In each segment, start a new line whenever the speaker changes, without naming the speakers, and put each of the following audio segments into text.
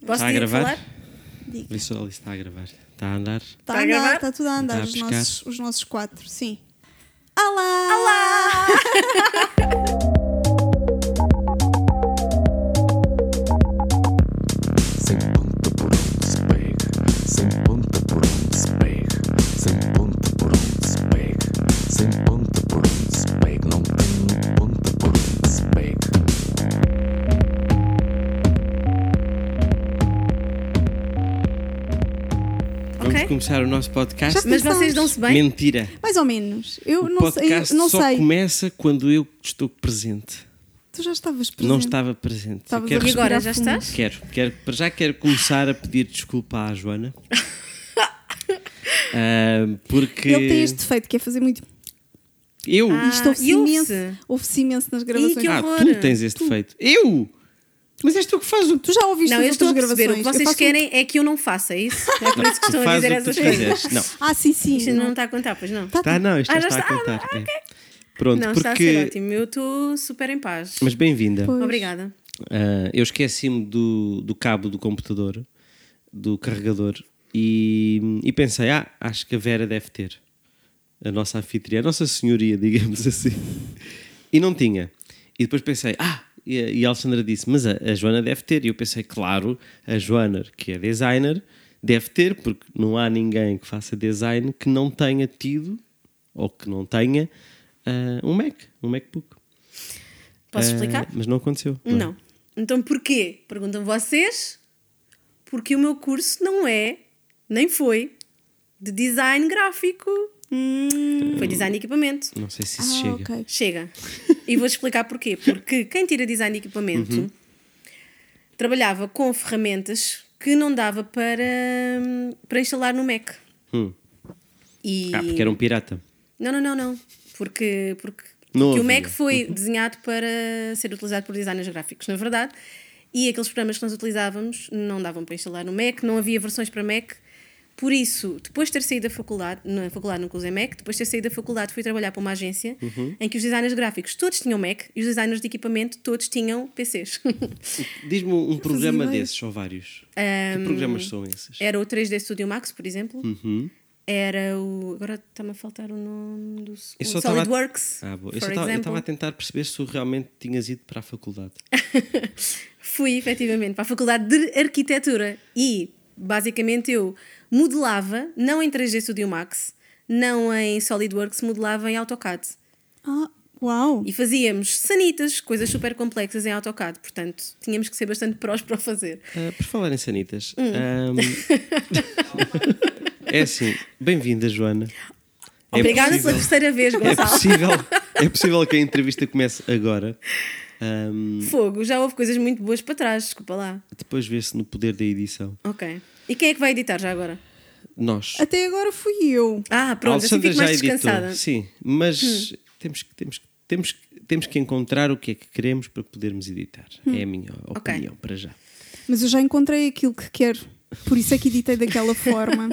Posso
Está a
dizer-
gravar?
falar? Diga.
Por isso ali está a gravar. Está a andar.
Está
a
a
gravar?
Tá andar, está tudo a andar,
Está a
os,
piscar.
nossos, os nossos quatro, sim. Olá! Olá!
Sem ponta por onde se pega, sem ponta por onde se pega, sem ponta por onde se pega, sem ponta por onde se pega, não tem ponta por onde se pega.
Vamos
Ok.
começar o nosso podcast.
Já
Mas vocês
Começámos.
dão-se bem?
Mentira.
Mais ou menos. Eu
O
não sei.
podcast
eu Não
só
sei.
começa quando eu estou presente.
Tu já estavas presente.
Não estava presente.
Estavas
quero,
a
E agora,
respirar
já
fundo.
estás?
quero, quero- para já quero começar a pedir desculpa à Joana. Ah, porque
Ele tem este defeito que é fazer muito.
eu
E isto
Ah,
ouve-se
e
imenso.
ouve-se?
Ouve-se imenso nas gravações.
que
Ah,
horror.
tu tens esse defeito. Eu? Mas és tu que fazes o
Tu já ouviste
Não,
as
eu estou
outras
a perceber. O
gravações?
que vocês
Eu faço- um
querem é que eu não faça isso. É por isso que
tu
estão a
fazes
dizer
o que
essas
tu
coisas.
quiseres. Não.
Ah, sim, sim.
Isto não está a contar, pois não?
Está, Tá, não, isto
Ah, já
já está, a
está.
contar. é. Pronto,
Não,
porque.
está a ser ótimo. Eu estou super em paz.
Mas bem-vinda.
Pois.
Obrigada.
Ah, eu esqueci-me do, do cabo do computador, do carregador, e, e pensei: ah, acho que a Vera deve ter. A nossa anfitriã, a nossa senhoria, digamos assim. E não tinha. E depois pensei: ah, e a, e a Alexandra disse: mas a, a Joana deve ter. E eu pensei: claro, a Joana, que é designer, deve ter, porque não há ninguém que faça design que não tenha tido ou que não tenha ah, um Mac, um MacBook.
Posso
Ah,
explicar?
Mas não aconteceu. é?
Não. Então porquê? Perguntam vocês. Porque o meu curso não é, nem foi, de design gráfico.
Hum.
Foi design de equipamento.
Não sei se isso
Ah,
chega.
ok.
Chega. E vou explicar porquê. Porque quem tira design de equipamento
Uhum.
trabalhava com ferramentas que não dava para, hum, para instalar no Mac.
Hum.
E...
Ah, porque era um pirata.
Não, não, não, não. Porque, porque,
Não
porque o
havia. Uhum.
Mac foi desenhado para ser utilizado por designers gráficos, na verdade. E aqueles programas que nós utilizávamos não davam para instalar no Mac, não havia versões para Mac. Por isso, depois de ter saído da faculdade, na faculdade não usei Mac, depois de ter saído da faculdade fui trabalhar para uma agência
Uhum.
em que os designers gráficos todos tinham Mac e os designers de equipamento todos tinham PCs.
Diz-me um programa
ideia.
desses, ou vários. Que programas são esses?
Era o 3D Studio Max, por exemplo.
Uhum.
Era o. Agora está-me a faltar o nome do.
Eu
o
só tava-
SolidWorks.
Ah, boa.
for
Eu só tava- eu
example.
estava a tentar perceber se tu realmente tinhas ido para a faculdade.
Fui, efetivamente, para a Faculdade de Arquitetura e, basicamente, eu modelava, não em 3D Studio Max, não em SolidWorks, modelava em AutoCAD.
Ah, uau.
E fazíamos sanitas, coisas super complexas em AutoCAD, portanto, tínhamos que ser bastante prós para o fazer.
Ah, por falar em sanitas.
Hum.
ahm, é assim, bem-vinda, Joana. É
Obrigada
possível-
pela terceira vez,
é
Gonçalo.
possível, é possível que a entrevista comece agora. Ahm,
Fogo, já houve coisas muito boas para trás, desculpa lá.
depois vê-se no poder da edição.
Ok. E quem é que vai editar já agora?
Nós.
Até agora fui eu.
Ah, pronto, assim
Alexandra
fico mais
já editou,
descansada. Hum.
Sim, mas temos, que- temos, que- temos, que- temos que encontrar o que é que queremos para podermos editar.
Hum.
É a minha opinião para já.
Mas eu já encontrei aquilo que quero. Por isso é que editei daquela forma.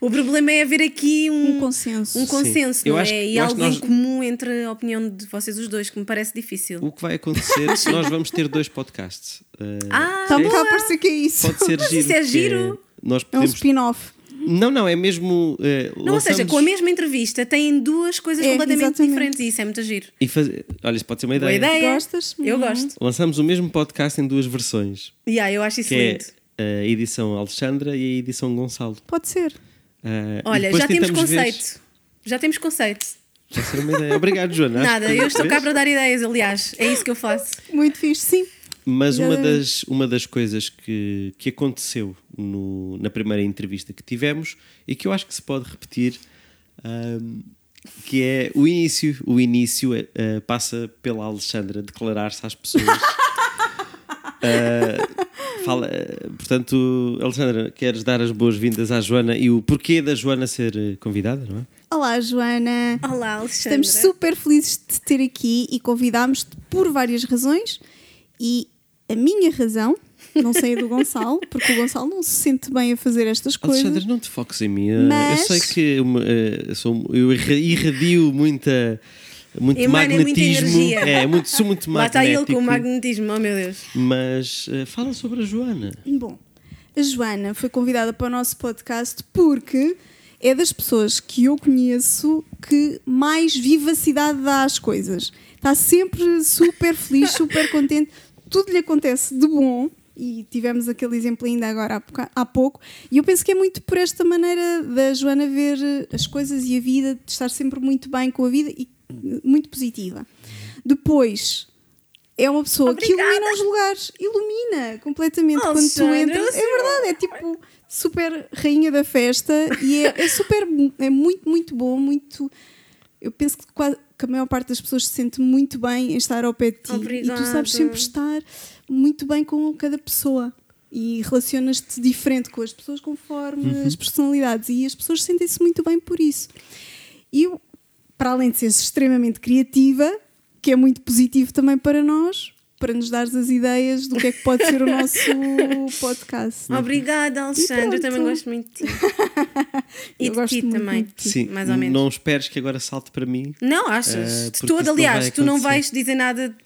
O problema é haver aqui
Um consenso.
um consenso,
Eu
não
acho-
é?
eu
E
acho
algo
que
em
nós-
comum entre a opinião de vocês os dois, que me parece difícil.
O que vai acontecer é que nós vamos ter dois podcasts. Uh,
Ah,
Está-me
é-
cá a parecer que é isso.
pode ser
Mas
giro.
isso é
porque
giro.
Nós
É um
podemos...
spin-off.
Não, não, é mesmo. uh,
não, ou seja,
lançamos-
com a mesma entrevista têm duas coisas
É,
completamente
exatamente.
diferentes e isso é muito giro.
e fazer- Olha, isso pode ser uma
Boa
ideia.
ideia.
Gostas?
É, Eu
Uhum.
gosto.
Lançamos o mesmo podcast em duas versões,
Yeah, eu acho isso
que
lindo.
é a edição Alexandra e a edição Gonçalo.
Pode ser.
Uh, e
Olha,
depois
já temos
tentamos ver-
conceito. Já temos conceito.
Já ser uma ideia. Obrigado, Joana. Acho
Nada,
que-
eu estou cá
vês?
para dar ideias, aliás. É isso que eu faço.
Muito fixe, sim.
Mas uma
Exatamente.
das, uma das coisas que, que aconteceu no- na primeira entrevista que tivemos e que eu acho que se pode repetir, ahm, que é o início. O início eh, eh, passa pela Alexandra declarar-se às pessoas. Ah, fala, eh, portanto, Alexandra, queres dar as boas-vindas à Joana e o porquê da Joana ser eh, convidada, não é?
Olá, Joana.
Olá, Alexandra.
Estamos super felizes de te ter aqui e convidámos-te por várias razões. E a minha razão, não sei a do Gonçalo, porque o Gonçalo não se sente bem a fazer estas coisas.
Alexandra, Oh, não te foques em mim. Eu-
Mas-
um, Eu sei que eu, me- eh, sou, eu irra- irradio muita muito
Emana muita
magnetismo.
energia.
é, muito, sou muito
Lá está ele
magnético.
com o magnetismo, oh meu Deus.
Mas eh, fala sobre a Joana.
Bom, a Joana foi convidada para o nosso podcast porque é das pessoas que eu conheço que mais vivacidade dá às coisas. Está sempre super feliz, super contente, tudo lhe acontece de bom. E tivemos aquele exemplo ainda agora há boca- há pouco, e eu penso que é muito por esta maneira da Joana ver eh, as coisas e a vida, de estar sempre muito bem com a vida e eh, muito positiva. Depois, é uma pessoa que
Obrigada.
ilumina os lugares, ilumina completamente
Oh,
quando tu
Sandra,
entras.
eu
É
sou-
verdade, é tipo super rainha da festa e é, é super, é muito, muito bom, muito. Eu penso que, quase, que a maior parte das pessoas se sente muito bem em estar ao pé de ti e tu
Obrigada.
sabes sempre estar muito bem com cada pessoa. E relacionas-te diferente com as pessoas conforme
Uhum.
as personalidades. E as pessoas sentem-se muito bem por isso. E eu, para além de seres extremamente criativa, que é muito positivo também para nós, para nos dares as ideias do que é que pode ser o nosso podcast.
Uhum.
Obrigada, Alexandre. Eu também
pronto.
gosto muito de ti.
Eu
E de
gosto
ti
muito
também.
de
Sim,
mais ou menos.
não esperes que agora salte para mim.
Não, achas?
Eh,
de
porque
todo,
isso não vai
aliás, tu não
acontecer.
vais dizer nada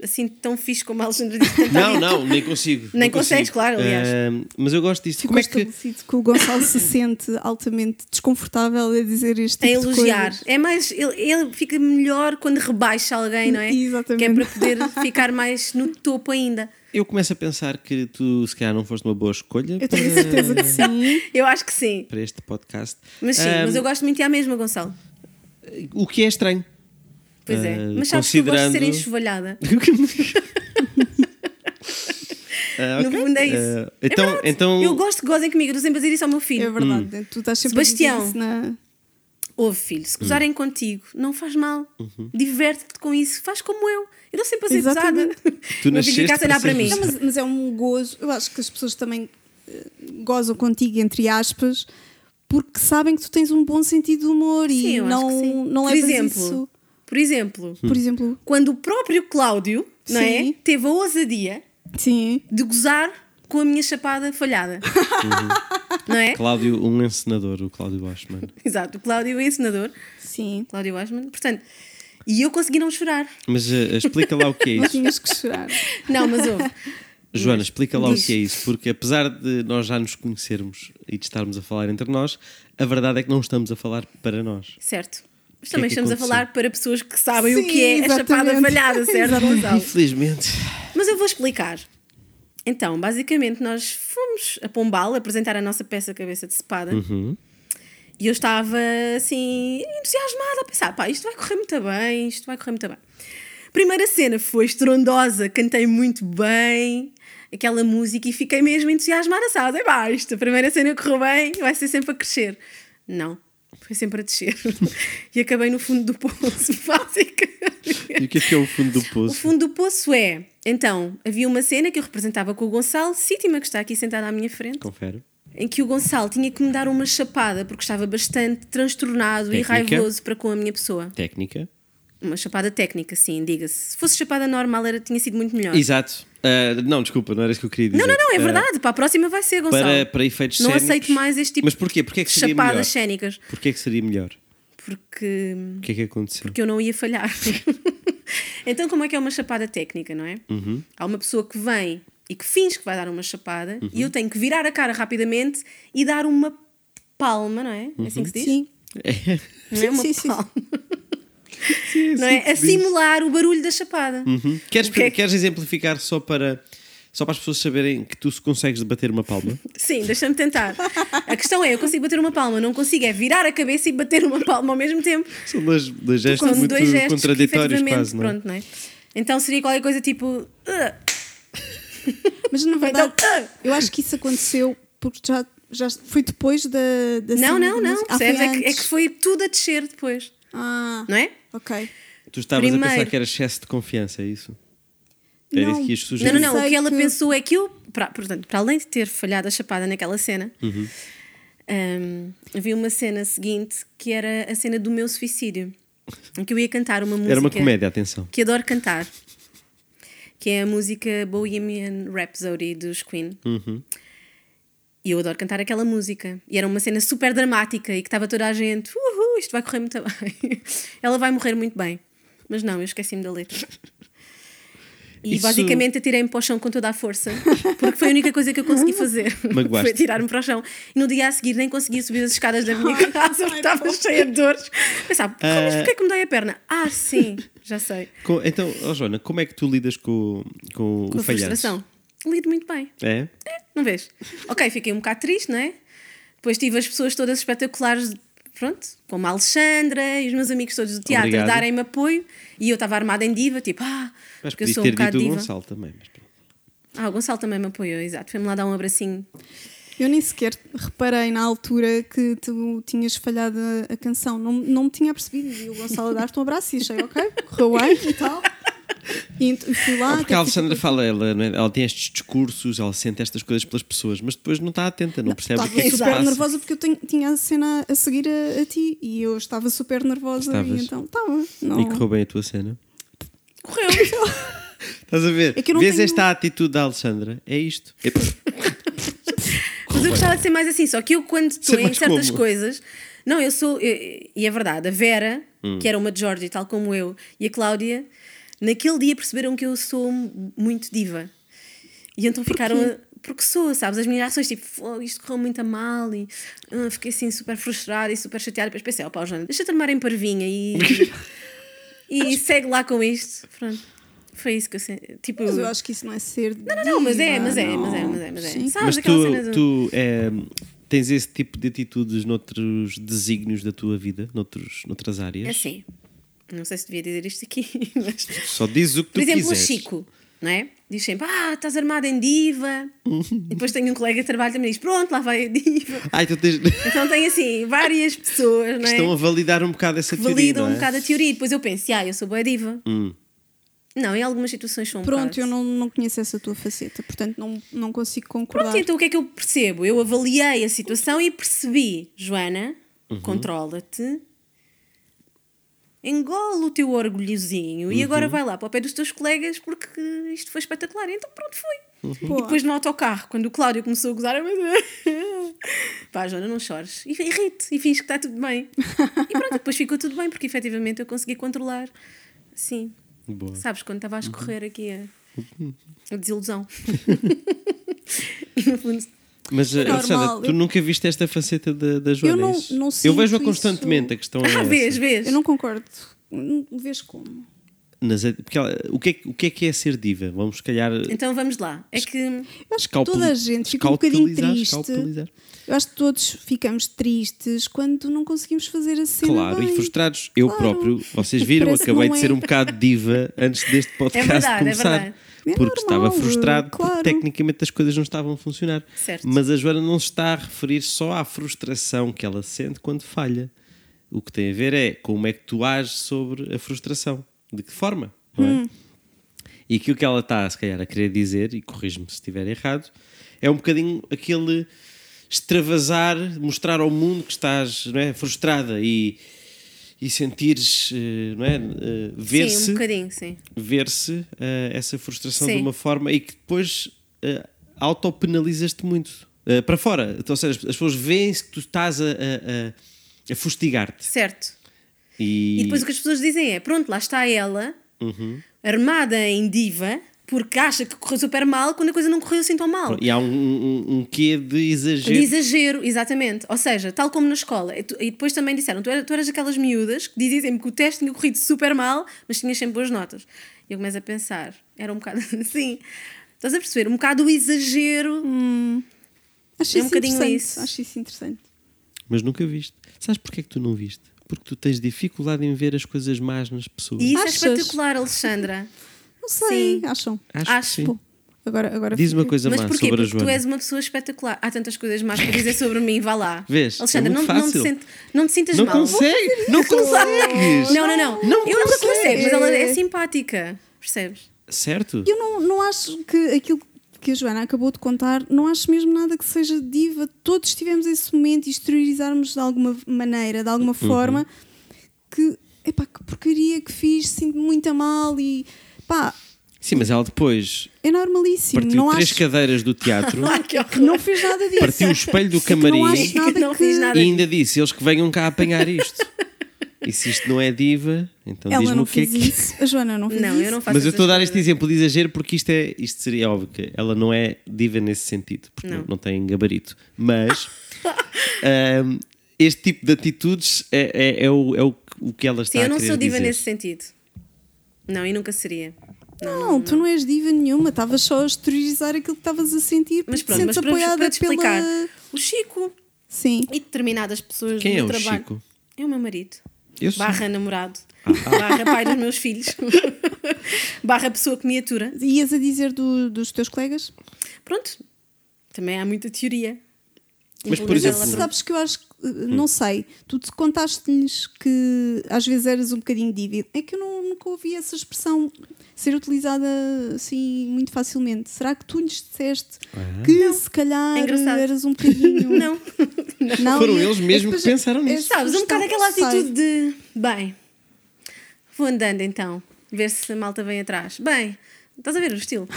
assim tão fixe como a Alexandra disse. tanto
Não,
ali.
não, nem consigo.
Nem consegues, claro, aliás.
Ah, mas eu gosto disto.
Ficou
Como é que.
estabelecido que o Gonçalo se sente altamente desconfortável a dizer este tipo
A
de
elogiar.
coisas.
É mais. Ele, ele fica melhor quando rebaixa alguém, não é?
Exatamente.
Que é para poder ficar mais no topo ainda.
Eu começo a pensar que tu, se calhar, não foste uma boa escolha
Eu
para,
tenho a certeza que sim.
Eu acho que sim.
para este podcast.
Mas sim,
Ah,
mas eu gosto muito de ti à mesma, Gonçalo.
O que é estranho.
Pois é.
Ah,
Mas sabes que eu gosto de ser
considerando-
enxovalhada.
Ah,
No
ok.
fundo é isso.
Ah,
É
então,
verdade.
então
Eu gosto que gozem comigo, eu estou sempre a dizer isso ao meu
É
filho.
verdade. Tu estás sempre a
Hum. Sebastião.
dizer isso na.
Ouve, filho, se gozarem contigo, não faz mal. Diverte-te com isso, faz como eu. Eu não sempre a ser gozada.
Exatamente.
Tu
Não
nasceste
ficasse a olhar
para
para
ser
mim.
Não, mas, mas é um gozo. Eu acho que as pessoas também eh, gozam contigo, entre aspas, porque sabem que tu tens um bom sentido de humor
Sim,
e
eu
não,
acho que sim.
não
por
levas
exemplo,
isso.
Por exemplo,
Por exemplo,
quando o próprio Cláudio, não é?
Sim.
Teve a ousadia
sim.
de gozar com a minha chapada falhada. Não é?
Cláudio, um encenador, o Cláudio Boschman.
Exato, o Cláudio é ensinador.
Sim.
Cláudio Ashman. Portanto, e eu consegui não chorar.
Mas ah, explica lá o que é
Não
isso.
tinhas que chorar.
Não, mas ouve.
Joana, explica lá
Diz.
o que é isso, porque apesar de nós já nos conhecermos e de estarmos a falar entre nós, a verdade é que não estamos a falar para nós.
Certo. Mas
que
também
é que
estamos
aconteceu?
a falar para pessoas que sabem o
Sim,
que é a chapada
exatamente.
falhada, certo, Gonçalo?
Infelizmente.
Mas eu vou explicar. Então, basicamente, nós fomos a Pombal apresentar a nossa peça Cabeça de Cepada. E eu estava assim, entusiasmada, a pensar: pá, isto vai correr muito bem, isto vai correr muito bem. Primeira cena foi estrondosa, cantei muito bem aquela música e fiquei mesmo entusiasmada, sabe? Pá, isto, a primeira cena correu bem, vai ser sempre a crescer. Não, foi sempre a descer. e acabei no fundo do poço, basicamente.
E o que é que é o fundo do
O
poço?
fundo do poço é. Então, havia uma cena que eu representava com o Gonçalo, Sítima, que está aqui sentada à minha frente,
Confere.
em que o Gonçalo tinha que me dar uma chapada porque estava bastante transtornado e
Técnica?
raivoso para com a minha pessoa.
Técnica.
Uma chapada técnica, sim, diga-se. Se fosse chapada normal, era, tinha sido muito melhor.
Exato. Ah, não, desculpa, não era isso que eu queria dizer.
Não, não, não, é
Ah,
verdade. Para a próxima vai ser, Gonçalo.
para, para efeitos
Não
cénicos.
aceito mais este tipo
Mas porquê? Porquê é
de
que seria
chapadas
melhor?
cénicas.
Porquê é que seria melhor?
Porque. hum,
O que é que aconteceu?
porque eu não ia falhar. então, como é que é uma chapada técnica, não é?
Uhum.
Há uma pessoa que vem e que finge que vai dar uma chapada
Uhum.
e eu tenho que virar a cara rapidamente e dar uma palma, não é? É assim que se diz?
Sim.
Não
Sim,
é uma
sim, sim.
palma, não é? A simular o barulho da chapada.
Uhum. Queres,
O que é que-
queres exemplificar só para, só para as pessoas saberem que tu se consegues debater uma palma?
Sim, deixa-me tentar. A questão é, eu consigo bater uma palma, não consigo é virar a cabeça e bater uma palma ao mesmo tempo.
São dois, dois gestos
São
é muito
dois gestos que,
contraditórios,
efetivamente,
quase, não é?
pronto, não é? Então seria qualquer coisa tipo... "Ugh",
Mas na
ou então,
verdade,
"Ugh".
eu acho que isso aconteceu porque já, já foi depois da. da
Não,
cena
não,
da
não.
música. Ah, foi
percebes? É que, é
antes.
que foi tudo a descer depois,
Ah,
não é?
ok.
Tu estavas a
Primeiro-
pensar que era excesso de confiança, é isso? Era
Não.
isso que ias
Não,
sugerir?
não, não. O
Sei
que ela
que-
pensou é que eu, pra, portanto, para além de ter falhado a chapada naquela cena,
Uhum.
hum, havia uma cena seguinte que era a cena do meu suicídio, em que eu ia cantar uma música
Era uma comédia, atenção.
que adoro cantar, que é a música Bohemian Rhapsody dos Queen.
Uhum.
E eu adoro cantar aquela música. E era uma cena super dramática e que estava toda a gente, uhul, isto vai correr muito bem. Ela vai morrer muito bem. Mas não, eu esqueci-me da letra. E
Isso-
basicamente atirei-me para o chão com toda a força, porque foi a única coisa que eu consegui fazer.
Magoaste-te.
Foi tirar-me para o chão. E no dia a seguir nem consegui subir as escadas da minha
Ai,
casa, porque
ai,
estava cheia de dores. Pensava, "Ah, mas
Ah.
porquê que me dei a perna? Ah, sim, já sei.
Co- Então, ó Joana, como é que tu lidas com, com,
Com
o
a
falhanço?
frustração. Lido muito bem.
É?
Não vês? Ok, fiquei um bocado triste, não é? Depois tive as pessoas todas espetaculares, pronto, como a Alexandra e os meus amigos todos do teatro,
Obrigado.
darem-me apoio e eu estava armada em diva, tipo, ah,
Mas
porque eu
podias
sou um
ter
bocado
dito o
diva.
Gonçalo também. Mas pronto.
Ah, o Gonçalo também me apoiou, exato. Foi-me lá dar um abracinho.
Eu nem sequer reparei na altura que tu tinhas falhado a, a canção, não, não me tinha percebido. E o Gonçalo a dar-te um abraço e achei, ok, correu bem e tal. E ent- fui lá.
Ah, porque a
até fiquei-
Alexandra fala, ela, não é? ela tem estes discursos, ela sente estas coisas pelas pessoas, mas depois não está atenta, não, percebe o que é
Estava
que se
super
passa.
nervosa porque eu tenho- tinha a cena a seguir a, a ti e eu estava super nervosa
Estavas.
e então estava. Não.
E correu bem a tua cena.
Correu!
Estás a ver?
É que eu não
Vês
tenho-
esta atitude da Alexandra? É isto. É-
Mas eu gostava de ser mais assim, só que eu quando estou
Ser
em
mais
certas
como?
coisas. Não, eu sou. E e é verdade, a Vera,
Hum.
que era uma de Jordi, tal como eu, e a Cláudia, naquele dia perceberam que eu sou m- muito diva. E então ficaram. a- porque sou, sabes? As minhas ações, tipo, "Fogo, isto correu muito a mal e ah, fiquei assim super frustrada e super chateada. Depois pensei, ó, pá, Joana, deixa-te armar em parvinha e. e segue lá com isto. Pronto. Foi isso que eu senti. Tipo,
Mas eu acho que isso não é ser.
não, não, mas é, mas é, mas é, mas é, mas é. Sabes
Mas
aquela
tu,
cena do-
tu é, tens esse tipo de atitudes noutros desígnios da tua vida, noutros, noutras
É
áreas.
Assim, não sei se devia dizer isto aqui, mas.
Só dizes o que
É Por
tu
exemplo,
quiseres.
o Chico, não é? Diz sempre: Ah, estás armada em diva.
Uhum.
e depois tenho um colega de trabalho que também diz: Pronto, lá vai a diva.
Ah, então tens... que
Então tem assim várias pessoas, não é?
estão a validar um bocado essa teoria.
Validam
não
um
é? Hum.
bocado a teoria. E depois eu penso: Ah, eu sou boa diva. Não, em algumas situações sou um
Pronto,
bocado.
eu não, não conheço essa tua faceta, portanto não, não consigo concordar.
Pronto, então o que é que eu percebo? Eu avaliei a situação e percebi, Joana, controla-te, engola o teu orgulhozinho e agora vai lá para o pé dos teus colegas porque isto foi espetacular. Então pronto, foi.
Boa.
E depois no autocarro, quando o Cláudio começou a gozar, eu... pá, Joana, não chores. E irrite e finge que está tudo bem. E pronto, depois ficou tudo bem porque efetivamente eu consegui controlar. Sim.
Boa.
Sabes, quando estava a escorrer aqui a, a desilusão. no fundo,
Mas, eh,
Normal,
Alexandra, tu
eu-
nunca viste esta faceta da, da Joana?
não-
é isso?
não
eu
sinto
vejo-a
isso.
constantemente, a questão é
ah,
essa.
vês, vês.
Eu não concordo. Hum, Vês como?
Nas- porque ela- o, que é, que- o que é que é ser diva? Vamos, se calhar,
Então vamos lá. É que
Eu acho que
Escalpel-
toda a gente fica um bocadinho
escalpelizar,
triste.
escalpelizar.
Eu acho que todos ficamos tristes quando não conseguimos fazer a cena
claro,
bem.
e frustrados. Eu
Claro.
próprio, vocês viram,
Parece que
acabei
não
de ser
é.
um bocado diva antes deste podcast
verdade, é
começar.
verdade.
É
porque estava
normal,
frustrado,
claro.
porque tecnicamente as coisas não estavam a funcionar.
Certo.
Mas a Joana não se está a referir só à frustração que ela sente quando falha. O que tem a ver é como é que tu ages sobre a frustração. De que forma? Não é?
Hum.
E aquilo que ela está, se calhar, a querer dizer, e corrijo-me se estiver errado, é um bocadinho aquele extravasar, mostrar ao mundo que estás não é, frustrada e, e sentires, eh, não é? eh,
sim,
Ver-se
um bocadinho, sim.
ver-se eh, essa frustração
Sim.
de uma forma e que depois eh, autopenalizas-te muito eh, para fora. Então, ou seja, as as pessoas veem-se que tu estás a, a- a- a fustigar-te.
Certo.
E,
E depois o que as pessoas dizem é: pronto, lá está ela, armada em diva, porque acha que correu super mal quando a coisa não correu assim tão mal.
e há um, um, um quê de exagero.
De exagero, exatamente. Ou seja, tal como na escola. E, tu- e depois também disseram: tu, era, tu eras aquelas miúdas que diziam sempre que o teste tinha corrido super mal, mas tinhas sempre boas notas. E eu começo a pensar: era um bocado assim. Estás a perceber? Um bocado o exagero.
Acho
É um
isso
bocadinho
interessante.
isso.
Acho isso interessante.
Mas nunca viste. Sabes porquê que tu não viste? Porque tu tens dificuldade em ver as coisas más nas pessoas.
E isso
Achas?
é espetacular, Alexandra.
Não sei,
Sim.
acham?
Acho,
acho,
que sim.
Pô, agora, agora
Diz uma
fica-
coisa
Mas
má
porquê?
sobre a
Porque tu
Joana.
és uma pessoa espetacular. Há tantas coisas mais para dizer sobre mim, vá lá.
Vês? É
Alexandra,
muito
não, não, te
fácil.
sente- não te sintas
Não
mal.
consegue! Não consegues!
Não, não, não.
Não
eu ela consegue,
consegues.
mas ela é simpática. Percebes?
Certo?
Eu não, não acho que aquilo que a Joana acabou de contar, não acho mesmo nada que seja diva. Todos tivemos esse momento e exteriorizarmos de alguma maneira, de alguma
Uhum.
forma, que, epá, que porcaria que fiz, sinto-me muito a mal e, pá,
Sim, mas ela depois
é normalíssimo.
partiu
não
três
acho
cadeiras do teatro,
que não fez nada disso.
partiu o espelho do
É que
camarim.
Não acho nada
Não
que...
fiz nada.
E ainda disse, eles que venham cá apanhar isto. E se isto não é diva, então
Ela
diz-me
não
o que é
fez
que.
isso. A Joana não fez
Não,
isso.
eu não faço
Mas eu
essas
estou a dar
coisas.
este exemplo de exagero porque isto, é, isto seria óbvio que ela não é diva nesse sentido, porque
Não.
não, não tem gabarito. Mas ahm, este tipo de atitudes é, é- é o, é o, que- o que ela está
Sim, eu
a
não
querer
sou diva
Ah, dizer.
nesse sentido. Não, e nunca seria.
Não, tu não és diva nenhuma, estavas só a exteriorizar aquilo que estavas a sentir, porque
Mas
te
pronto, mas
sentes
para,
apoiada
para te explicar,
pela.
o Chico
Sim.
e determinadas pessoas
Quem
do
é o
tipo trabalho.
Chico? Ah,
É o meu marido.
Eu sou.
Barra namorado. Barra pai dos meus filhos. barra pessoa que me atura.
Ias a dizer do- dos teus colegas?
Pronto, também há muita teoria.
Mas, por
Mas ela
exemplo-
pronto.
Sabes que eu acho que, eh,
Hum.
não sei, tu te contaste-lhes que às vezes eras um bocadinho divido. É que eu não, nunca ouvi essa expressão ser utilizada assim muito facilmente. Será que tu lhes disseste
Ah.
que se calhar
É engraçado.
eras um bocadinho.
Não.
Não,
Foram
e-
eles
é
mesmo
depois
que pensaram
é
nisso.
Sabes, um
sugestão
bocado aquela
que sai.
atitude de bem, vou andando então, ver se a malta vem atrás. Bem, estás a ver o estilo?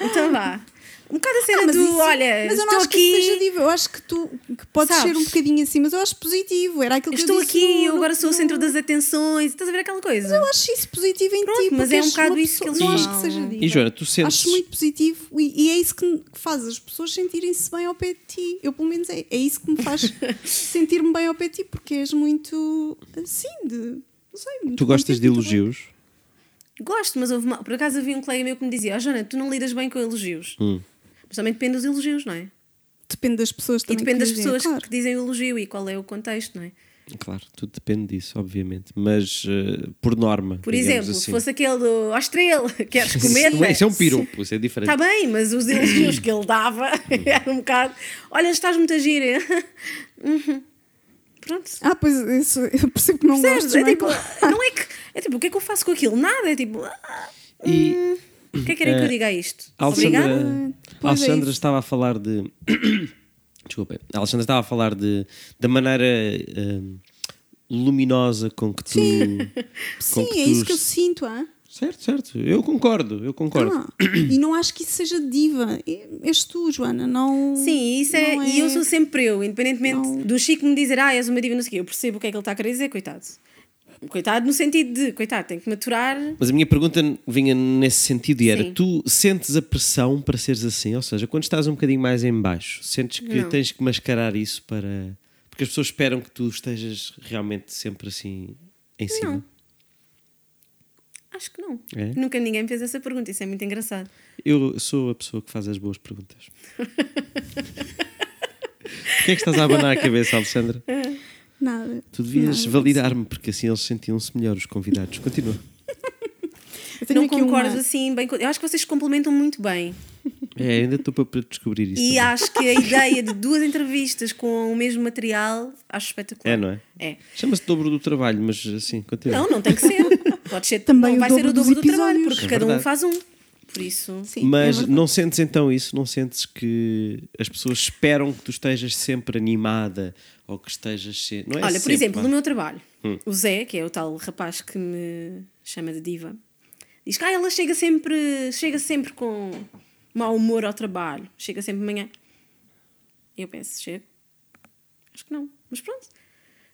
então vá. Um bocado a cena
Ah, mas
do
isso-
olha,
mas eu não
estou
acho
aqui.
que isso seja diva. Eu acho que tu que podes
Sabes?
ser um bocadinho assim, mas eu acho positivo. Era aquilo que
Estou
eu disse
aqui,
no-
eu agora sou o
no-
centro das atenções. Estás a ver aquela coisa?
Eu acho isso positivo em
Pronto,
ti,
mas
porque
é um
és
bocado
uma
isso que
pessoa-
eles
Não acho
falam.
que seja diva.
E Joana, tu sentes.
Acho muito positivo e, e é isso que n- que faz as pessoas sentirem-se bem ao pé de ti. Eu, pelo menos, é, é isso que me faz sentir-me bem ao pé de ti, porque és muito assim, de. Não sei. muito
Tu gostas
contente,
de
muito bom.
elogios?
Gosto, mas houve uma... por acaso havia um colega meu que me dizia: Ó Joana, tu não lidas bem com elogios.
Hum.
Mas também depende dos elogios, não é?
Depende das pessoas
E
também.
depende
que
das
dizem,
pessoas
claro.
que dizem o elogio e qual é o contexto, não é?
Claro, tudo depende disso, obviamente. Mas eh, por norma.
Por
digamos
exemplo,
assim.
se fosse aquele do "Ó estrela, queres comer? Tá
Isso, é- isso é um
piro
piropo, isso é diferente.
Está bem, mas os elogios que ele dava
Hum.
era um bocado. Olha, estás muito a gira. Uhum. Pronto.
Ah, pois, isso, eu percebo que não
Percebes?
gostas.
É
não é?
tipo, não é que. É tipo, o que é que eu faço com aquilo? Nada. É tipo, ah,
E-
o que é que querem que eu
Eh,
diga a isto? Obrigada?
Alexandra,
Pois é
Alexandra
isso.
estava a falar de. Desculpem. A Alexandra estava a falar de, da maneira hum, luminosa com que tu. com
Sim,
que
é
tu-
isso que eu sinto, hã?
Certo, certo. Eu concordo, eu concordo.
Ah, e não acho que isso seja diva. É- És tu, Joana, não.
eh,
Sim, isso é,
não
E eu sou sempre eu, independentemente
Não.
do Chico me dizer, ah, és uma diva, não sei o quê. Eu percebo o que é que ele está a querer dizer, coitado. Coitado no sentido de, coitado, tenho que maturar.
Mas a minha pergunta vinha nesse sentido e era:
Sim.
tu sentes a pressão para seres assim? Ou seja, quando estás um bocadinho mais em baixo, sentes que
Não.
tens que mascarar isso para. Porque as pessoas esperam que tu estejas realmente sempre assim em cima.
Acho que não.
É?
Nunca ninguém me fez essa pergunta, isso é muito engraçado.
Eu sou a pessoa que faz as boas perguntas. Porquê é que estás a abanar a cabeça, Alexandra?
Nada.
Tu devias
Nada.
validar-me, porque assim eles sentiam-se melhor, os convidados. Continua.
Eu tenho
não
aqui
concordo
uma-
assim bem com... Eu acho que vocês se complementam muito bem.
É, ainda estou para- para descobrir isso.
E
também.
acho que a ideia de duas entrevistas com o mesmo material acho espetacular.
É, não é?
É.
Chama-se dobro do trabalho, mas assim, continua.
Não, não tem que ser. Pode ser
Também
também. Não
o
vai ser
dobro
o dobro
dos
do trabalho,
episódios.
porque
É
cada um
verdade.
faz um. Por isso.
Sim, é
mas
verdade.
não sentes então isso? Não sentes que as pessoas esperam que tu estejas sempre animada ou que estejas. Se... Não é Hum.
Olha, por
sempre,
exemplo,
vá.
no meu trabalho, o Zé, que é o tal rapaz que me chama de diva, diz que ah, ela chega sempre, chega sempre com mau humor ao trabalho, chega sempre de manhã. E eu penso, chego? Acho que não, mas pronto.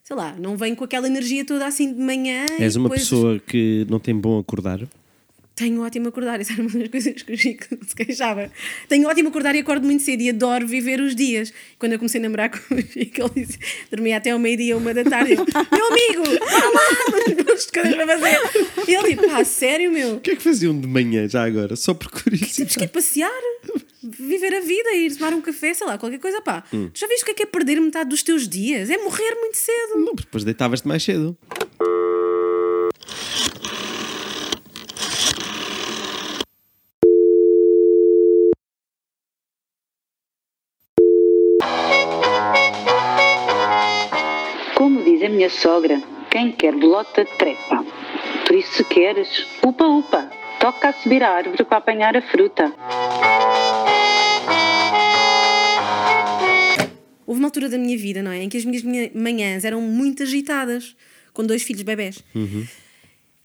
Sei lá, não venho com aquela energia toda assim de manhã. e
És uma
depois-
pessoa que não tem bom acordar.
Tenho ótimo acordar, isso era uma das coisas que o Chico se queixava. Tenho ótimo acordar e acordo muito cedo e adoro viver os dias. Quando eu comecei a namorar com o Chico, ele disse: dormia até ao meio-dia, uma da tarde. Eu, meu amigo, vá lá, mas que coisas para fazer. E ele disse: pá, sério, meu?
O que é que faziam de manhã já agora? Só por
Temos
curiosidade.
que ir passear, viver a vida, ir tomar um café, sei lá, qualquer coisa, pá. Tu já viste o que é que é perder metade dos teus dias? É morrer muito cedo.
Não, porque depois deitavas-te mais cedo.
Como diz a minha sogra, quem quer bolota trepa. Por isso, se queres, upa upa, toca a subir a árvore para apanhar a fruta.
Houve uma altura da minha vida, não é? Em que as minhas minha- manhãs eram muito agitadas, com dois filhos bebés.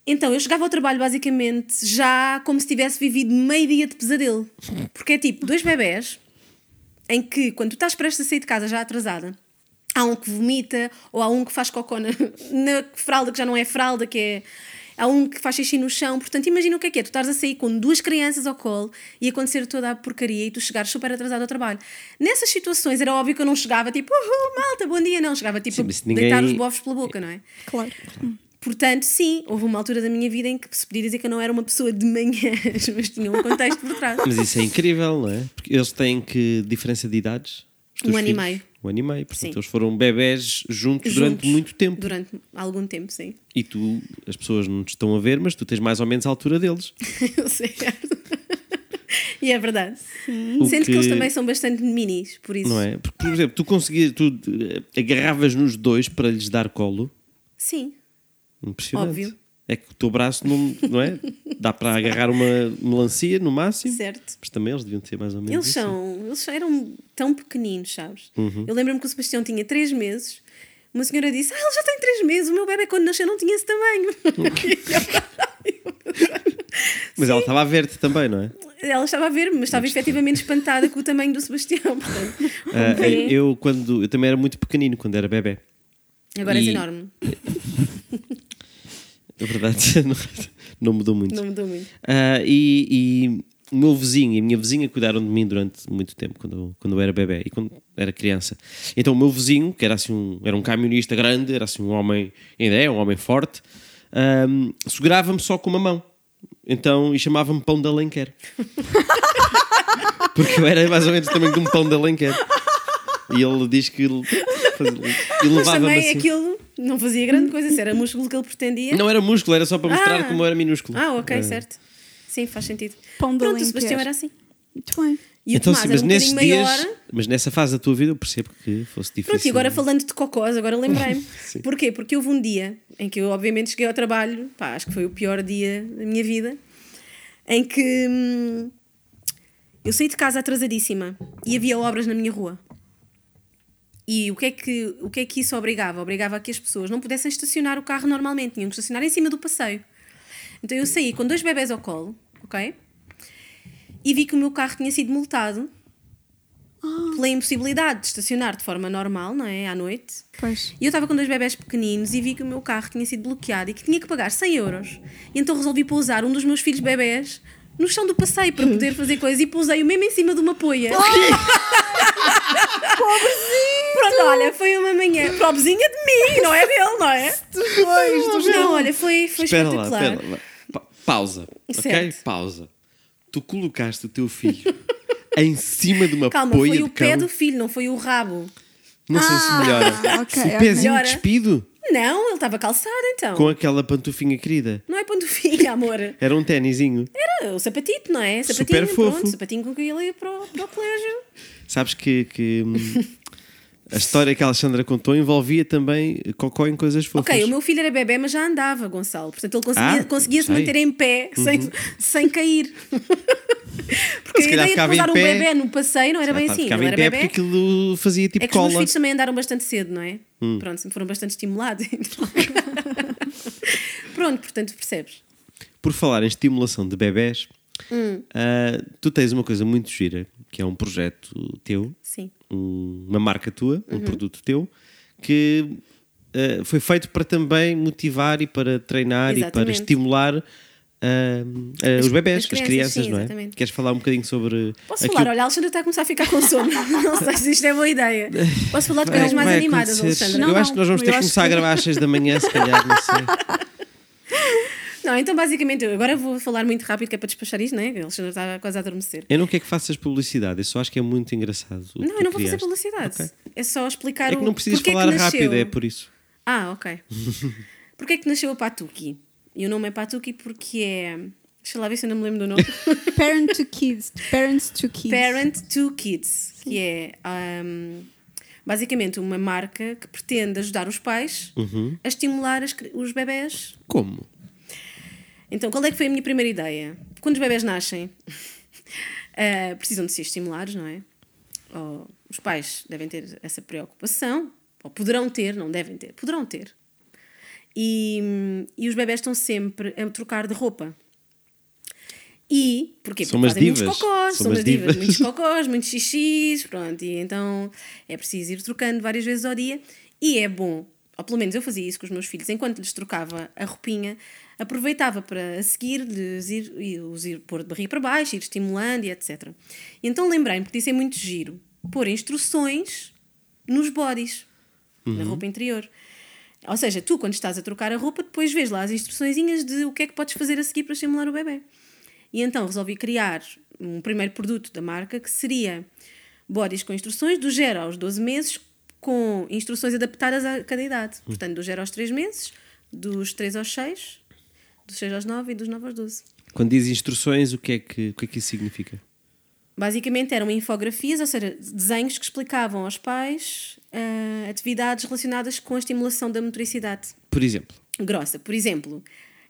Então, eu chegava ao trabalho basicamente já como se tivesse vivido meio dia de pesadelo. Porque é tipo, dois bebés, em que quando tu estás prestes a sair de casa já atrasada, há um que vomita, ou há um que faz cocô na, na fralda que já não é fralda, que é. Há um que faz xixi no chão, portanto, imagina o que é que é. Tu estás a sair com duas crianças ao colo e acontecer toda a porcaria e tu chegares super atrasado ao trabalho. Nessas situações era óbvio que eu não chegava tipo, uhul, malta, bom dia, não. Chegava tipo,
Sim, mas ninguém-
deitar os bofos pela boca, não é?
Claro.
Portanto, sim, houve uma altura da minha vida em que se podia dizer que eu não era uma pessoa de manhãs, mas tinha um contexto por trás.
Mas isso é incrível, não é? Porque eles têm que diferença de idades? Os teus
Um ano e
filhos?
meio.
Um ano e meio, portanto
Sim.
eles foram bebés juntos,
Juntos,
durante muito tempo.
Durante algum tempo, sim.
E tu, as pessoas não te estão a ver, mas tu tens mais ou menos a altura deles.
Eu sei. Ricardo. e é verdade.
O
Sendo que...
que-
eles também são bastante minis, por isso.
Não é? Porque, por exemplo, tu conseguias, tu eh, agarravas nos dois para lhes dar colo.
Sim.
Impressionante.
Óbvio.
É que o teu braço não, não é? Dá para agarrar uma melancia no máximo.
Certo.
Mas também eles deviam ter mais ou menos.
Eles
isso.
são, eles eram tão pequeninos, sabes?
Uhum.
Eu lembro-me que o Sebastião tinha 3 meses. Uma senhora disse: Ah, ele já tem 3 meses, o meu bebê quando nasceu não tinha esse tamanho.
Mas ela estava a ver-te também, não é?
Ela estava a ver-me, mas estava efetivamente espantada com o tamanho do Sebastião. Portanto, um
Ah,
bem,
eu, quando, eu também era muito pequenino quando era bebê.
agora és
e-
enorme,
Na É verdade, não, não mudou muito.
não mudou muito.
Ah, e, e o meu vizinho e a minha vizinha cuidaram de mim durante muito tempo, quando eu, quando eu era bebê e quando era criança. Então o meu vizinho, que era assim um, era um camionista grande, era assim um homem, ainda é um homem forte, ahm, segurava-me só com uma mão. Então, e chamava-me pão de Alenquer. Porque eu era mais ou menos também de um pão de Alenquer. E ele diz que ele, ele
Mas
levava-me
também
assim.
aquilo não fazia grande coisa, se era músculo que ele pretendia.
Não era músculo, era só para mostrar
Ah.
como eu era minúsculo.
Ah, ok,
Ah.
certo. Sim, faz sentido.
Pão de
Pronto, o
Alenquer.
Sebastião era assim.
Muito bem.
E o
Então,
Tomás era um bocadinho maior.
mas nessa fase da tua vida eu percebo que fosse difícil.
Pronto, e agora falando de cocós, agora lembrei-me. Porquê? Porque houve um dia em que eu obviamente cheguei ao trabalho, pá, acho que foi o pior dia da minha vida, em que hum, eu saí de casa atrasadíssima e havia obras na minha rua. E o que, é que, o que é que isso obrigava? Obrigava a que as pessoas não pudessem estacionar o carro normalmente, tinham que estacionar em cima do passeio. Então eu saí com dois bebés ao colo, ok? E vi que o meu carro tinha sido multado pela impossibilidade de estacionar de forma normal, não é? À noite.
Pois.
E eu estava com dois bebés pequeninos e vi que o meu carro tinha sido bloqueado e que tinha que pagar 100 euros. E então resolvi pousar um dos meus filhos bebés no chão do passeio para poder fazer coisas e pousei-o mesmo em cima de uma poia. Pronto, olha, foi uma manhã. Pobrezinha de mim, não é dele, não é?
Dos dois, dos
Não,
dois.
olha, foi, foi
espera lá,
espetacular.
espera lá. Pa- pausa, ok?
Certo.
Pausa. Tu colocaste o teu filho em cima de uma
Calma,
poia
foi o
de cão.
pé do filho, não foi o rabo.
Não sei se melhora.
ok,
o
ok.
pezinho
Melhora.
despido
Não, ele estava calçado então.
com aquela pantufinha querida.
Não é ponto fim, amor.
Era um ténisinho.
Era o sapatito, não é? Sapatinho,
Super fofo.
pronto, sapatinho com que ele ia para o, para o colégio.
Sabes que, que, hum, a história que a Alexandra contou envolvia também cocó em coisas fofas.
Ok, o meu filho era bebê, mas já andava, Gonçalo. Portanto, ele conseguia,
Ah,
conseguia se
sei. Uhum.
manter em pé sem, sem cair. Porque
Se
a
calhar
ideia de
ficava em
pousar um
pé.
bebê no passeio não era bem
Pá,
assim.
ficava
Não
em
era
pé
bebê.
porque aquilo fazia tipo
É que os meus
cola.
filhos também andaram bastante cedo, não é?
Hum.
Pronto, sempre foram bastante estimulados. então. Pronto, portanto, percebes?
Por falar em estimulação de bebés,
Hum.
ah, tu tens uma coisa muito gira, que é um projeto teu,
Sim.
um- uma marca tua,
Uhum.
um produto teu, que ah, foi feito para também motivar e para treinar e para
Exatamente.
estimular ah, ah, os bebés, as,
as crianças,
crianças,
sim,
não é?
exatamente.
Queres falar um bocadinho sobre.
Posso
aquilo-
falar? Olha, a Alexandra está a começar a ficar com sono. não sei se isto é boa ideia. Posso falar de coisas
Vai-
mais
vai
animadas,
acontecer.
Alexandra?
Eu
Não,
acho que nós vamos
não,
ter
eu
que
acho
começar a
que-
gravar às 6 da manhã, se calhar, não sei.
Não, então basicamente, eu agora vou falar muito rápido que é para despachar isto, não é? A Alexandra está quase a adormecer.
Eu não quero que faças publicidade, eu só acho que é muito engraçado. o que
Não,
tu
eu não vou fazer
criaste.
publicidade.
Ok.
É só explicar
É que
o
não precisas
porque
falar
é que nasceu.
rápido, é por isso.
Ah, ok. Porquê é que nasceu a Patuki? E o nome é Patuki porque é. Deixa lá ver se eu não me lembro do nome.
Parent to kids. Parents to kids.
Parent to Kids, que é ahm, basicamente uma marca que pretende ajudar os pais
Uhum.
a estimular as cri- os bebés.
Como?
Então, qual é que foi a minha primeira ideia? Quando os bebés nascem, ah, precisam de ser estimulados, não é? Ou os pais devem ter essa preocupação, ou poderão ter, não devem ter, poderão ter. E, e os bebés estão sempre a trocar de roupa. E porquê?
São
Porque
umas
fazem muitos
divas.
cocós,
São
são umas
umas
divas,
divas.
muitos cocós, muitos xixis, pronto. E então é preciso ir trocando várias vezes ao dia. E é bom, ou pelo menos eu fazia isso com os meus filhos, enquanto lhes trocava a roupinha, aproveitava para a seguir lhes ir, ir- os ir pôr de barriga para baixo, ir estimulando e etc. E então lembrei-me, porque isso é muito giro, pôr instruções nos bodies, na roupa interior. Ou seja, tu quando estás a trocar a roupa, depois vês lá as instruçõezinhas de o que é que podes fazer a seguir para estimular o bebê. E então resolvi criar um primeiro produto da marca que seria bodies com instruções do 0 aos 12 meses com instruções adaptadas a cada idade. Portanto, do 0 aos 3 meses, dos 3 aos 6, dos 6 aos 9 e dos 9 aos 12.
Quando diz instruções, o que é que, o que, é que isso significa?
Basicamente eram infografias, ou seja, desenhos que explicavam aos pais ah, atividades relacionadas com a estimulação da motricidade
Por exemplo,
grossa. Por exemplo,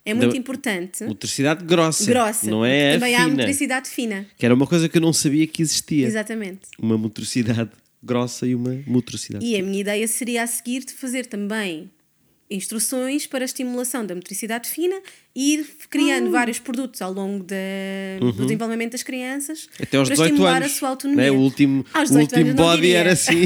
é muito
Da-
importante.
motricidade grossa.
Grossa.
Não é a
Também há a
fina.
motricidade fina.
Que era uma coisa que eu não sabia que existia.
Exatamente.
Uma motricidade grossa e uma motricidade.
E a minha ideia seria a seguir de fazer também instruções para a estimulação da motricidade fina e ir criando
Ah.
vários produtos ao longo da- do desenvolvimento das crianças
Uhum. Até aos
para
18
estimular
anos.
a sua autonomia.
né? O último,
Aos
o
18
último
anos não
body
diria.
era assim,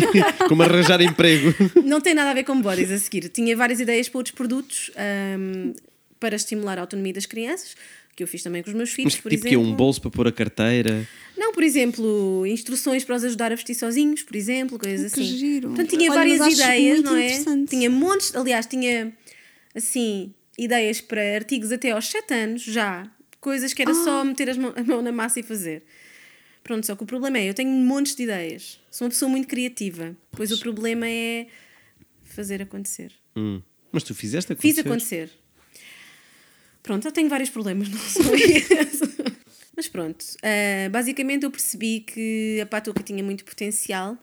como arranjar emprego.
Não tem nada a ver com bodies a seguir. Tinha várias ideias para outros produtos ahm, para estimular a autonomia das crianças, que eu fiz também com os meus filhos,
Mas
por
tipo que é
exemplo.
um bolso para pôr a carteira.
Não, por exemplo, instruções para os ajudar a vestir sozinhos, por exemplo, coisas
Que
assim.
giro.
Portanto, tinha
Olha, mas
várias
acho
ideias,
muito
não é?
interessante.
Tinha montes, aliás, tinha assim, ideias para artigos até aos 7 anos já, coisas que era só
Ah.
meter as mão- a mão na massa e fazer. Pronto, só que o problema é, eu tenho montes de ideias. Sou uma pessoa muito criativa. Pois o problema é fazer acontecer.
Hum. Mas tu fizeste acontecer.
Fiz acontecer. Pronto, eu tenho vários problemas, não só esse. Mas pronto, ah, basicamente eu percebi que a patuca tinha muito potencial,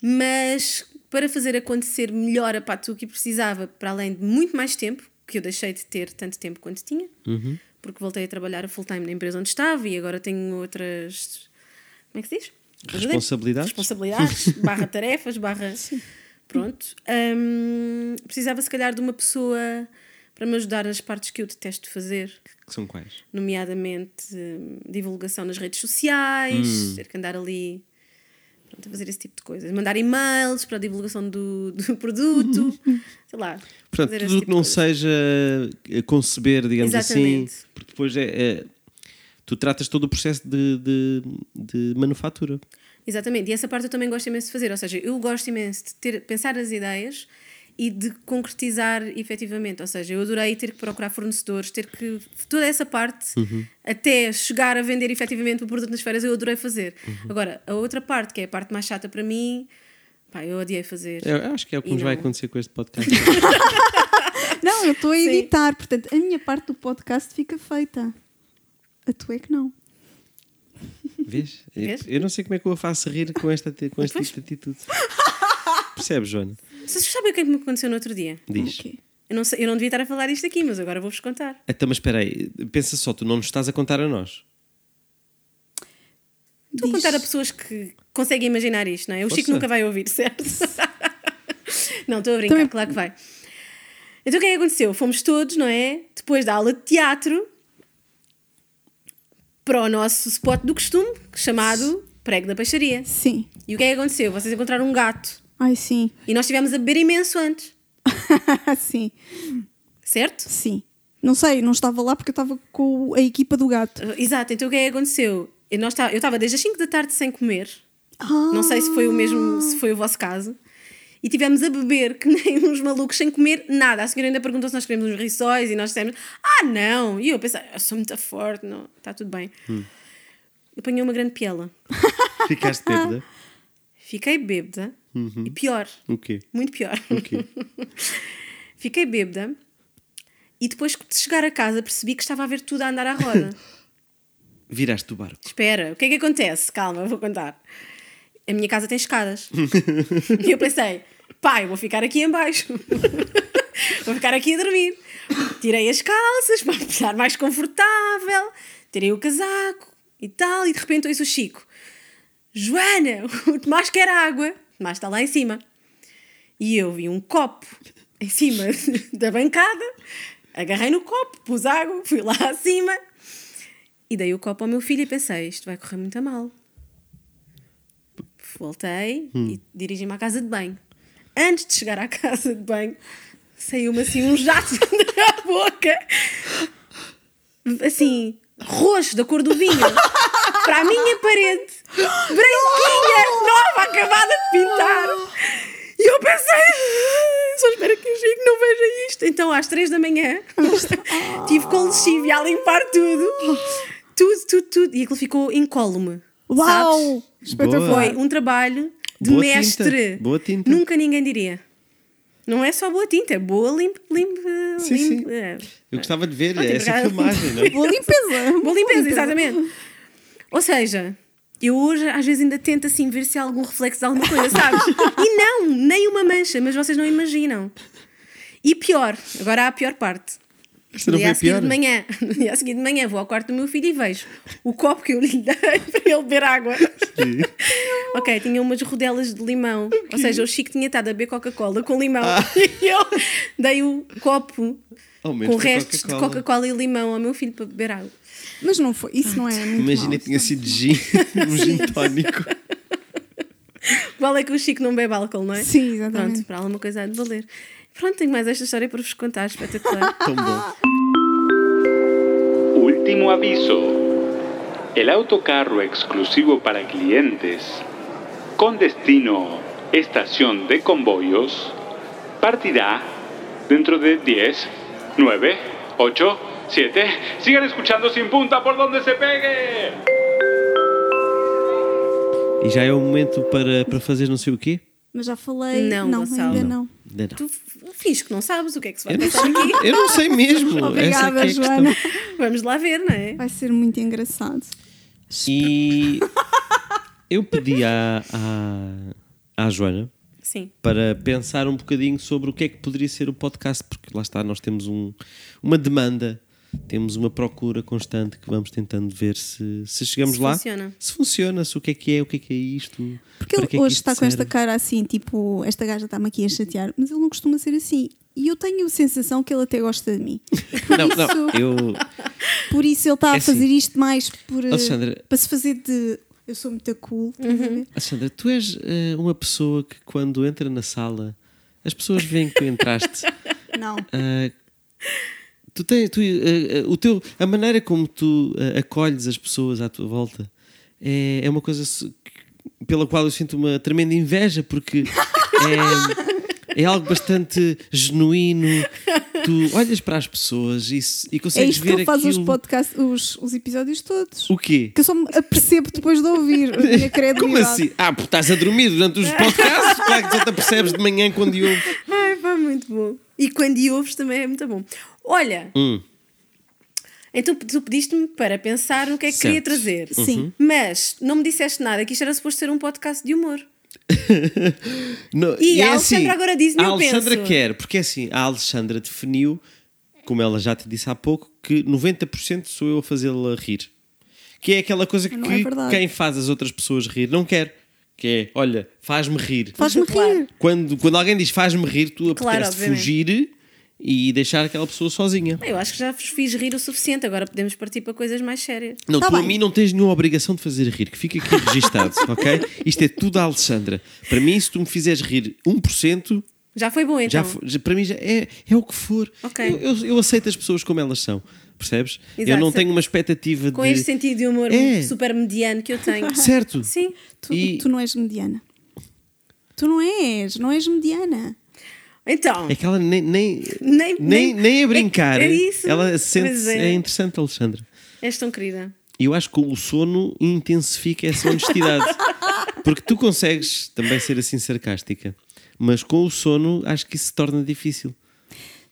mas para fazer acontecer melhor a patuca precisava, para além de muito mais tempo, que eu deixei de ter tanto tempo quanto tinha, porque voltei a trabalhar a full time na empresa onde estava e agora tenho outras. Como é que se diz?
Responsabilidades?
Responsabilidades, barra tarefas, barra. Pronto. Hum, precisava, se calhar, de uma pessoa para me ajudar nas partes que eu detesto fazer,
Que são quais?
nomeadamente hum, divulgação nas redes sociais,
Hum.
ter que andar ali pronto, a fazer esse tipo de coisas, mandar e-mails para a divulgação do, do produto, sei lá.
Portanto,
fazer
tudo
esse
o
tipo
que não
de coisas.
seja eh, conceber, digamos
Exatamente.
assim, porque depois é, é- tu tratas todo o processo de, de, de manufatura.
Exatamente, e essa parte eu também gosto imenso de fazer, ou seja, eu gosto imenso de ter, pensar as ideias e de concretizar efetivamente, ou seja, eu adorei ter que procurar fornecedores, ter que. toda essa parte,
Uhum.
até chegar a vender efetivamente o produto nas feiras, eu adorei fazer.
Uhum.
Agora, a outra parte, que é a parte mais chata para mim, pá, eu odiei fazer.
Eu, eu acho que é o que
E
nos vai
não.
acontecer com este podcast.
Não, eu estou a editar, portanto, a minha parte do podcast fica feita. A tua é que não.
Vês? Eu-
Vês?
Eu não sei como é que eu a faço rir com esta, ati- com esta
Pois.
atitude. Percebes, Joana?
Vocês sabem o que é que me aconteceu no outro dia?
Diz.
Ok.
Eu não, sei, eu não devia estar a falar isto aqui, mas agora vou-vos contar.
Então, mas espera aí, pensa só, tu não nos estás a contar a nós.
Estou a
Diz.
contar a pessoas que conseguem imaginar isto, não é? O Chico
Força.
nunca vai ouvir, certo? não, estou a brincar,
Também-
claro que vai. Então o que é que aconteceu? Fomos todos, não é? Depois da aula de teatro para o nosso spot do costume, chamado Prego da Peixaria.
Sim.
E o que é que aconteceu? Vocês encontraram um gato
Ai, sim.
e nós estivemos a beber imenso antes,
sim,
certo?
sim. Não sei, não estava lá porque eu estava com a equipa do gato.
Exato, então o que é que aconteceu? Eu nós tá- eu estava desde as 5 da tarde sem comer.
Ah,
Não sei se foi o mesmo, se foi o vosso caso. E tivemos a beber que nem uns malucos sem comer nada. A senhora ainda perguntou se nós queremos uns riçóis e nós dissemos: Ah, não! E eu pensei: Eu sou muito forte, não, está tudo bem.
Hum.
Apanhei uma grande piela.
Ficaste bêbada?
Fiquei bêbada e pior,
O quê?
muito pior.
Uhum. O quê?
Fiquei bêbada e depois de chegar a casa percebi que estava a ver tudo a andar à roda.
Viraste o barco.
Espera, o que é que acontece? Calma, eu vou contar. A minha casa tem escadas. e eu pensei, pá, eu vou ficar aqui em baixo. vou ficar aqui a dormir. Tirei as calças para estar mais confortável. Tirei o casaco e tal. E de repente ouço o Chico. Joana, o Tomás quer água. O Tomás está lá em cima. E eu vi um copo em cima da bancada. Agarrei no copo, pus água, fui lá acima E dei o copo ao meu filho e pensei, isto vai correr muito a mal. Voltei e dirigi-me à casa de banho. Antes de chegar à casa de banho, saiu-me assim um jato da boca. Assim, roxo, da cor do vinho. Para a minha parede. Branquinha, nova, acabada de pintar. E eu pensei, só espero que o Chico não veja isto. Então, às três da manhã, tive com lexívia a limpar tudo. Tudo, tudo, tudo. E aquilo ficou incólume. sabes?
Uau! Espetacular.
Foi um trabalho de
Boa tinta,
mestre.
boa tinta.
Nunca ninguém diria. Não é só boa tinta, é boa limpa. Limp,
Sim,
limp-
sim.
é.
Eu gostava de ver
Não, tem
essa
obrigada.
filmagem, não é?
Boa limpeza.
Boa limpeza, exatamente. Ou seja, eu hoje às vezes ainda tento assim ver se há algum reflexo de alguma coisa, sabes? E não, nem uma mancha, mas vocês não imaginam. E pior, agora há a pior parte.
Esta
No
não
dia a
foi
seguir
pior.
de manhã, no dia a seguir de manhã, vou ao quarto do meu filho e vejo o copo que eu lhe dei para ele beber água. ok, tinha umas rodelas de limão. Ou seja, o Chico tinha estado a beber Coca-Cola com limão. E eu dei o copo
Ah. Ao menos
com
foi
restos
Coca-Cola.
de Coca-Cola e limão ao meu filho para beber água.
Mas não foi. Isso não é muito
Imagina
mau.
que tinha sido gin, um gin tónico.
Vale é que o Chico não bebe álcool, não é?
Sim, exatamente.
Pronto, para alguma coisa há de valer. Pronto, tenho mais esta história para vos contar, espetacular.
Tão bom.
Último aviso. El autocarro exclusivo para clientes con destino estación de convoyos partirá dentro de 10, 9, 8, 7. Sigan escuchando sin punta por donde se pegue.
E já é o momento para, para fazer não sei o quê?
Mas já falei.
Não,
Não,
Gonçalo.
ainda não.
Ainda não.
tu fiz que não sabes o que é que se vai
Eu não
passar
sei,
aqui.
eu não sei mesmo. Essa é que é
Obrigada,
a questão.
Joana.
Vamos lá ver, não é?
Vai ser muito engraçado.
E eu pedi à, à, à Joana
Sim.
para pensar um bocadinho sobre o que é que poderia ser o podcast, porque lá está, nós temos um- uma demanda, temos uma procura constante que vamos tentando ver se, se chegamos
Se
lá.
funciona.
Se funciona, se o que é que é, o que é que é isto.
Porque
para
ele
que é que
hoje
isto
está com esta
serve.
cara assim, tipo, esta gaja está-me aqui a chatear, mas ele não costuma ser assim. E eu tenho a sensação que ele até gosta de mim.
Não, não, eu.
Por isso ele está
É
a fazer
assim.
isto mais por, eh,
Alexandra-
para se fazer de eu sou muito cool. estás a ver?
Sandra, tu és eh, uma pessoa que quando entra na sala, as pessoas veem que tu entraste.
Não.
Ah, tu tens tu, ah, ah, o teu a maneira como tu ah, acolhes as pessoas à tua volta é, é uma coisa se- que- pela qual eu sinto uma tremenda inveja porque é, é algo bastante genuíno tu olhas para as pessoas e, se- e
É
consegues
isto que
ver
ele faz os
aquilo
podcasts, os, os episódios todos.
o quê
Que eu só me apercebo depois de ouvir. A minha credibilidade.
como assim? Ah, porque estás a dormir durante os podcasts? Claro que já te apercebes de manhã quando eu.
Ai, pá, muito bom. E quando e ouves também é muito bom. Olha.
Hum.
Então tu pediste-me para pensar no que é que
Certo. Uhum.
queria trazer.
Sim.
Mas não me disseste nada, que isto era suposto ser um podcast de humor.
Não,
E
é
a Alexandra agora diz-me,
A
eu
Alexandra
penso.
quer, porque é assim, a Alexandra definiu, como ela já te disse há pouco, que 90% sou eu a fazê-la rir. Que é aquela coisa que
Não é verdade.
quem faz as outras pessoas rir não quer. Que é, olha, faz-me rir.
Faz-me
Claro.
rir.
Quando, quando alguém diz faz-me rir, tu
Claro,
apetece
obviamente.
fugir e deixar aquela pessoa sozinha.
Bem, Eu acho que já vos fiz rir o suficiente, agora podemos partir para coisas mais sérias.
Não,
Tá
tu a
bem.
mim não tens nenhuma obrigação de fazer rir, que fica aqui registado, ok? Isto é tudo a Alexandra. Para mim, se tu me fizeres rir 1%,
Já foi bom então.
Já fo- já- para mim já é, é o que for.
Ok.
Eu, eu- eu aceito as pessoas como elas são, percebes? Eu
Exato.
não tenho uma expectativa
Com
de.
este sentido de humor
É.
super mediano que eu tenho.
Certo.
Sim.
Tu,
E-
tu não és mediana. Tu não és, não és mediana.
Então,
É que ela nem, nem,
Nem- nem-
nem, nem a brincar.
é- é isso.
Ela
Pois
sente
é.
é. interessante, Alexandra.
és tão querida.
E eu acho que o sono intensifica essa honestidade. Porque tu consegues também ser assim sarcástica. Mas com o sono, acho que isso se torna difícil.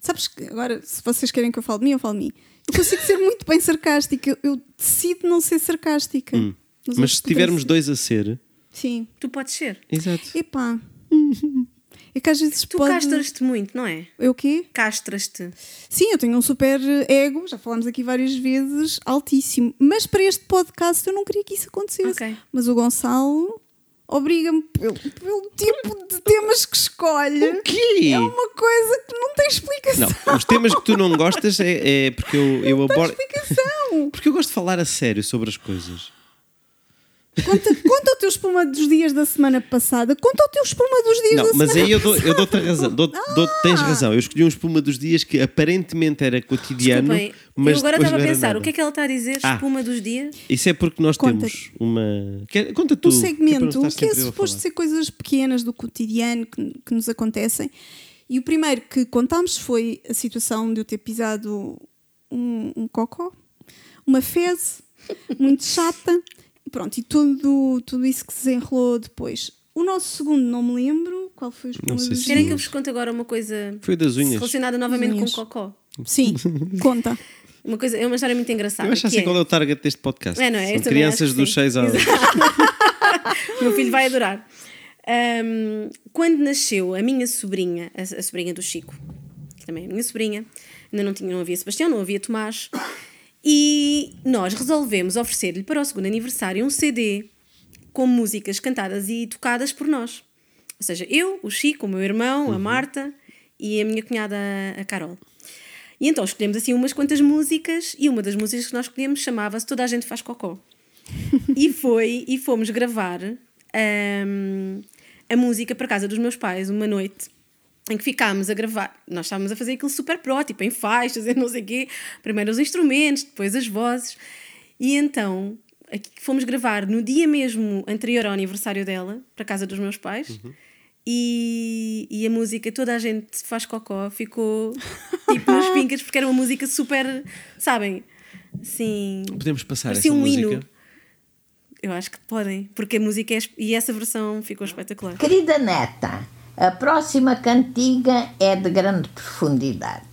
Sabes que agora, se vocês querem que eu fale de mim, eu falo de mim. Eu consigo ser muito bem sarcástica. Eu decido não ser sarcástica. Nos
Hum. Mas
outros
se tivermos
podem
dois a ser.
ser. Sim.
Tu podes ser.
Exato.
Epá. É que às vezes
Tu
pode...
castras-te muito, não é?
Eu o quê?
Castras-te.
Sim, eu tenho um super ego, já falámos aqui várias vezes, altíssimo. Mas para este podcast eu não queria que isso acontecesse.
Ok.
Mas o Gonçalo obriga-me pelo, pelo tipo de temas que escolhe.
O quê?
É uma coisa que não tem explicação.
Não, os temas que tu não gostas é, é porque eu, eu abordo.
Explicação!
Porque eu gosto de falar a sério sobre as coisas.
Conta, conta o teu espuma dos dias da semana passada. Conta o teu espuma dos dias da
Não, mas
semana
aí eu, dou, eu
passada.
dou-te a razão. Dou,
Ah.
dou- tens razão. Eu escolhi um espuma dos dias que aparentemente era cotidiano,
Desculpem,
mas
eu agora
depois
estava a
não era
pensar,
nada.
o que é que ela está a dizer?
Ah.
Espuma dos dias?
Isso é porque nós
Conta.
temos uma... Quer-
um
Conta tu.
O
que é para não
segmento,
estar
que é
sempre eu a
suposto
falar.
ser coisas pequenas do cotidiano que, que nos acontecem. E o primeiro que contámos foi a situação de eu ter pisado um, um cocó, uma fez, muito chata, e pronto, e tudo, tudo isso que se desenrolou depois. O nosso segundo, não me lembro qual foi os
Não sei se-
Querem que eu vos conte agora uma coisa
Foi das unhas.
relacionada novamente
Unhas.
com o Cocó?
Sim, conta.
Uma coisa, é uma história muito engraçada.
Eu acho
que
assim
é,
qual é o target deste podcast.
É, não é? Eu
São
também acho
crianças
que
dos
sim.
6 aos...
Meu filho vai adorar. Ahm, quando nasceu a minha sobrinha, a, a sobrinha do Chico, que também é a minha sobrinha, ainda não, tinha, não havia Sebastião, não havia Tomás, e nós resolvemos oferecer-lhe para o segundo aniversário um CD com músicas cantadas e tocadas por nós. Ou seja, eu, o Chico, o meu irmão, a Marta e a minha cunhada, a Carol. E então escolhemos assim umas quantas músicas e uma das músicas que nós escolhemos chamava-se Toda a Gente Faz Cocó e foi e fomos gravar hum, a música para casa dos meus pais uma noite em que ficámos a gravar nós estávamos a fazer aquilo super pró tipo em faixas e não sei quê primeiro os instrumentos depois as vozes e então aqui fomos gravar no dia mesmo anterior ao aniversário dela para casa dos meus pais E, e a música Toda a gente faz cocó ficou tipo nas pincas porque era uma música super, sabem? Assim,
Podemos passar
Parecia
essa
um
música?
hino. eu acho que podem, porque a música é, esp- e essa versão ficou espetacular.
Querida neta, a próxima cantiga é de grande profundidade,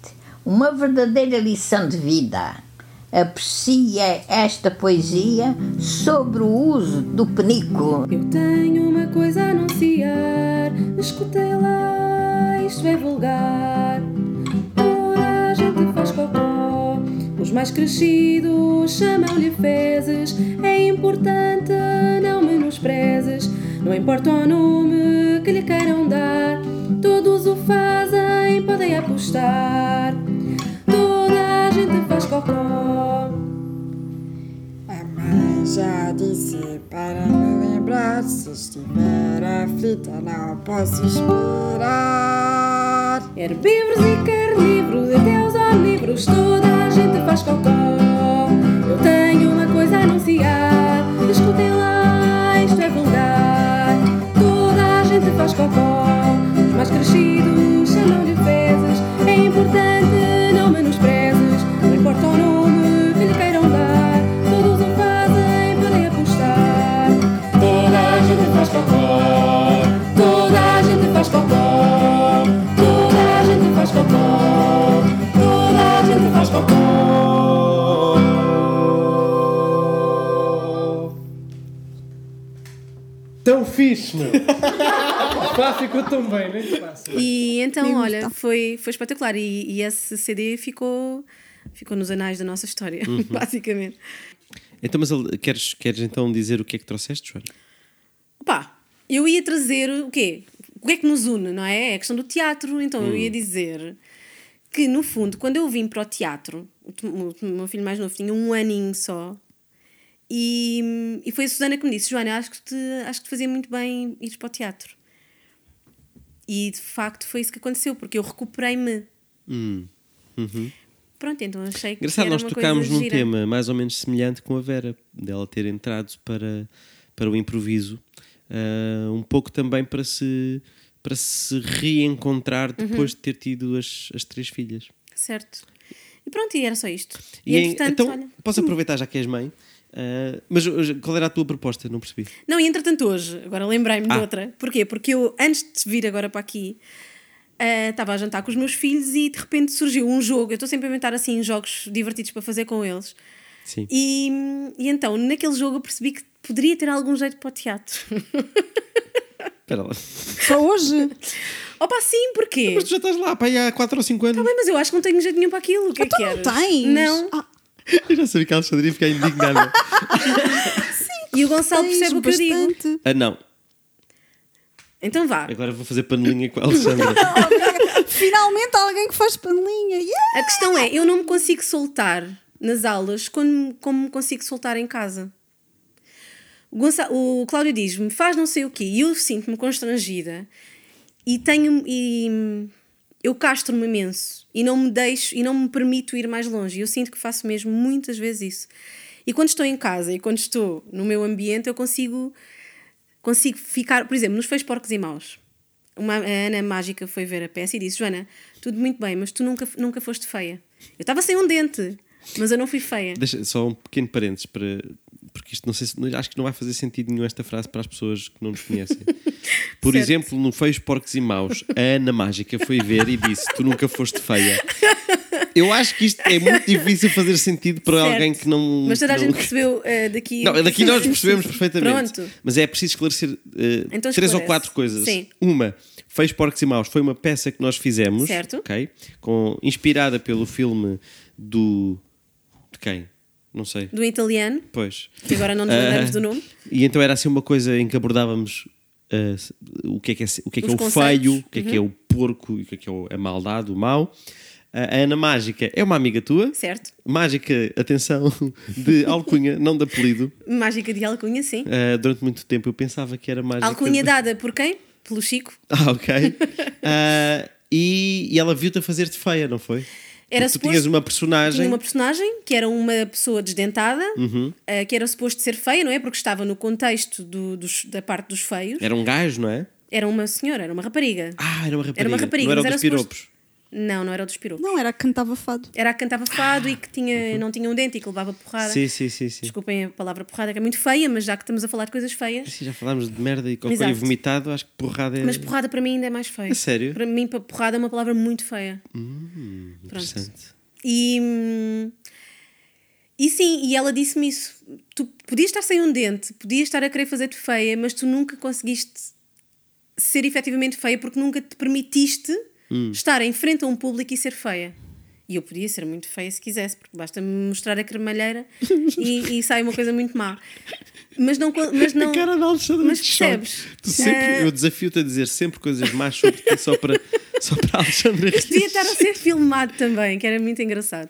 uma verdadeira lição de vida. Aprecia esta poesia sobre o uso do penico.
Eu tenho uma coisa a anunciar, escutei lá, isto é vulgar. Toda a gente faz cocó, os mais crescidos chamam-lhe fezes. É importante, não menosprezes, não importa o nome que lhe queiram dar. Todos o fazem, podem apostar. Toda a gente faz cocó.
A mãe já disse para me lembrar Se estiver aflita não posso esperar
Herbívoros e carnívoros, até aos onívros, toda a gente faz cocó. Eu tenho uma coisa a anunciar, escutem lá, isto é vulgar. Toda a gente faz cocó, os mais crescidos chamam-lhe fezes. É importante, não menosprezes, não importa o nome que lhe queiram dar. Todos o fazem, podem apostar. Toda a gente faz cocó, toda a gente faz cocó. Toda a gente faz cocó. Toda a gente faz
Tão fixe, meu! Pá, ficou tão bem, nem te passa.
E
Nem
então,
me
olha,
está.
foi, foi espetacular. E, e esse CD ficou, ficou nos anais da nossa história,
Uhum.
basicamente.
Então, mas ele- queres, queres então dizer o que é que trouxeste, Joana?
Pá, eu ia trazer o quê? O que é que nos une, não é? É a questão do teatro. Então eu
Hum.
ia dizer que, no fundo, quando eu vim para o teatro, o t- o t- o meu filho mais novo tinha um aninho só. E, e foi a Susana que me disse: Joana, acho que te, acho que te fazia muito bem ires para o teatro. E de facto foi isso que aconteceu, porque eu recuperei-me. Pronto, então achei que.
Hum. Uhum. Engraçado,
era
nós
uma
tocámos
coisa
num
gira.
tema mais ou menos semelhante com a Vera, dela ter entrado para, para o improviso, ah, um pouco também para se, para se reencontrar
Uhum.
depois de ter tido as, as três filhas.
Certo. E pronto, e era só isto. E,
em-
entretanto,
então,
olha. Hum.
posso aproveitar já que és mãe, ah, mas hoje, qual era a tua proposta? Não percebi.
Não, e entretanto hoje, agora lembrei-me de
Ah.
outra. Porquê? Porque eu, antes de vir agora para aqui, ah, estava a jantar com os meus filhos e de repente surgiu um jogo. Eu estou sempre a inventar assim jogos divertidos para fazer com eles.
Sim.
E, e então, naquele jogo eu percebi que poderia ter algum jeito para o teatro.
Espera lá.
Só hoje?
Opa, sim, porquê?
Mas tu já estás lá, pá, aí há 4 ou 5 anos.
Tá bem, mas eu acho que não tenho jeito nenhum para aquilo. O que é
Então
que
não
queres?
tens?
Não.
Ah,
Eu já sabia que a Alexandria ia ficar indignada.
E o Gonçalo
tens
percebe o que eu digo.
bastante.
ah, não.
Então vá.
Agora vou fazer panelinha com a Alexandra.
Finalmente alguém que faz panelinha. Yeah!
A questão é, eu não me consigo soltar nas aulas quando, como me consigo soltar em casa. O, Gonça- o Cláudio diz-me, faz não sei o quê, e eu sinto-me constrangida e tenho e eu castro-me imenso e não me deixo e não me permito ir mais longe. Eu sinto que faço mesmo muitas vezes isso. E quando estou em casa e quando estou no meu ambiente, eu consigo consigo ficar, por exemplo, nos feios porcos e maus. Uma, a Ana Mágica foi ver a peça e disse: Joana, tudo muito bem, mas tu nunca, nunca foste feia. Eu estava sem um dente, mas eu não fui feia.
Deixa, só um pequeno parênteses para. Porque isto não sei se- acho que não vai fazer sentido nenhum esta frase para as pessoas que não nos conhecem. Por
Certo.
exemplo, no Feios Porcos e Maus, a Ana Mágica foi ver e disse: Tu nunca foste feia. Eu acho que isto é muito difícil fazer sentido para
Certo.
alguém que não.
Mas toda a
que não-
gente percebeu eh, daqui.
Não, daqui nós percebemos
Sim, sim.
perfeitamente.
Pronto.
Mas é preciso esclarecer eh,
Então
três ou
esclarece.
quatro coisas.
Sim.
Uma, Feios Porcos e Maus foi uma peça que nós fizemos,
Certo.
ok? Com, inspirada pelo filme do. de quem? Não sei.
Do italiano,
Pois.
que agora não nos lembramos
Ah,
do nome.
E então era assim uma coisa em que abordávamos ah, se- o que é que é, se- o, que é, que é
Os
o
conceitos. Uhum.
feio, o que é que é o porco e o que é que é o- a maldade, o mal. a Ana Mágica é uma amiga tua.
Certo.
Mágica, atenção, de alcunha, não de apelido.
Mágica de alcunha, sim.
Ah, durante muito tempo eu pensava que era mágica.
Alcunha dada por quem? Pelo Chico.
Ah, ok. Ah, e, e ela viu-te a fazer-te feia, não foi?
Era
Porque tu
suposto-
tinhas uma personagem. Uhum.
Tinha uma personagem que era uma pessoa desdentada, eh, que era suposto ser feia, não é? Porque estava no contexto do- dos- da parte dos feios.
Era um gajo, não é?
Era uma senhora, era uma rapariga.
Ah, era uma rapariga.
Era uma rapariga,
não era o
mas era
dos
suposto-
piropos.
Não, não era o dos piropos.
Não, era que cantava fado.
Era a que cantava fado e que tinha, não tinha um dente e que levava porrada.
Ah. Uhum. Sim, sim, sim, sim.
Desculpem a palavra porrada, que é muito feia, mas já que estamos a falar de coisas feias.
Sim, já falámos de merda e cocô e
Exato.
vomitado, acho que porrada é.
Mas porrada para mim ainda é mais feia.
A sério?
Para mim, pa- porrada é uma palavra muito feia.
Interessante.
E, hum, e sim, e ela disse-me isso. Tu podias estar sem um dente, podias estar a querer fazer-te feia, mas tu nunca conseguiste ser efetivamente feia porque nunca te permitiste
Hum.
estar em frente a um público e ser feia. E eu podia ser muito feia se quisesse, porque basta-me mostrar a cremalheira e, e sai uma coisa muito má. Mas não. con- Mas não
A cara da Alexandra
mas
de choque.
percebes?
Tu sempre,
Ah.
eu desafio-te a dizer sempre coisas más sobre ti só para, só para a Alexandra.
Podia estar a ser filmado também, que era muito engraçado.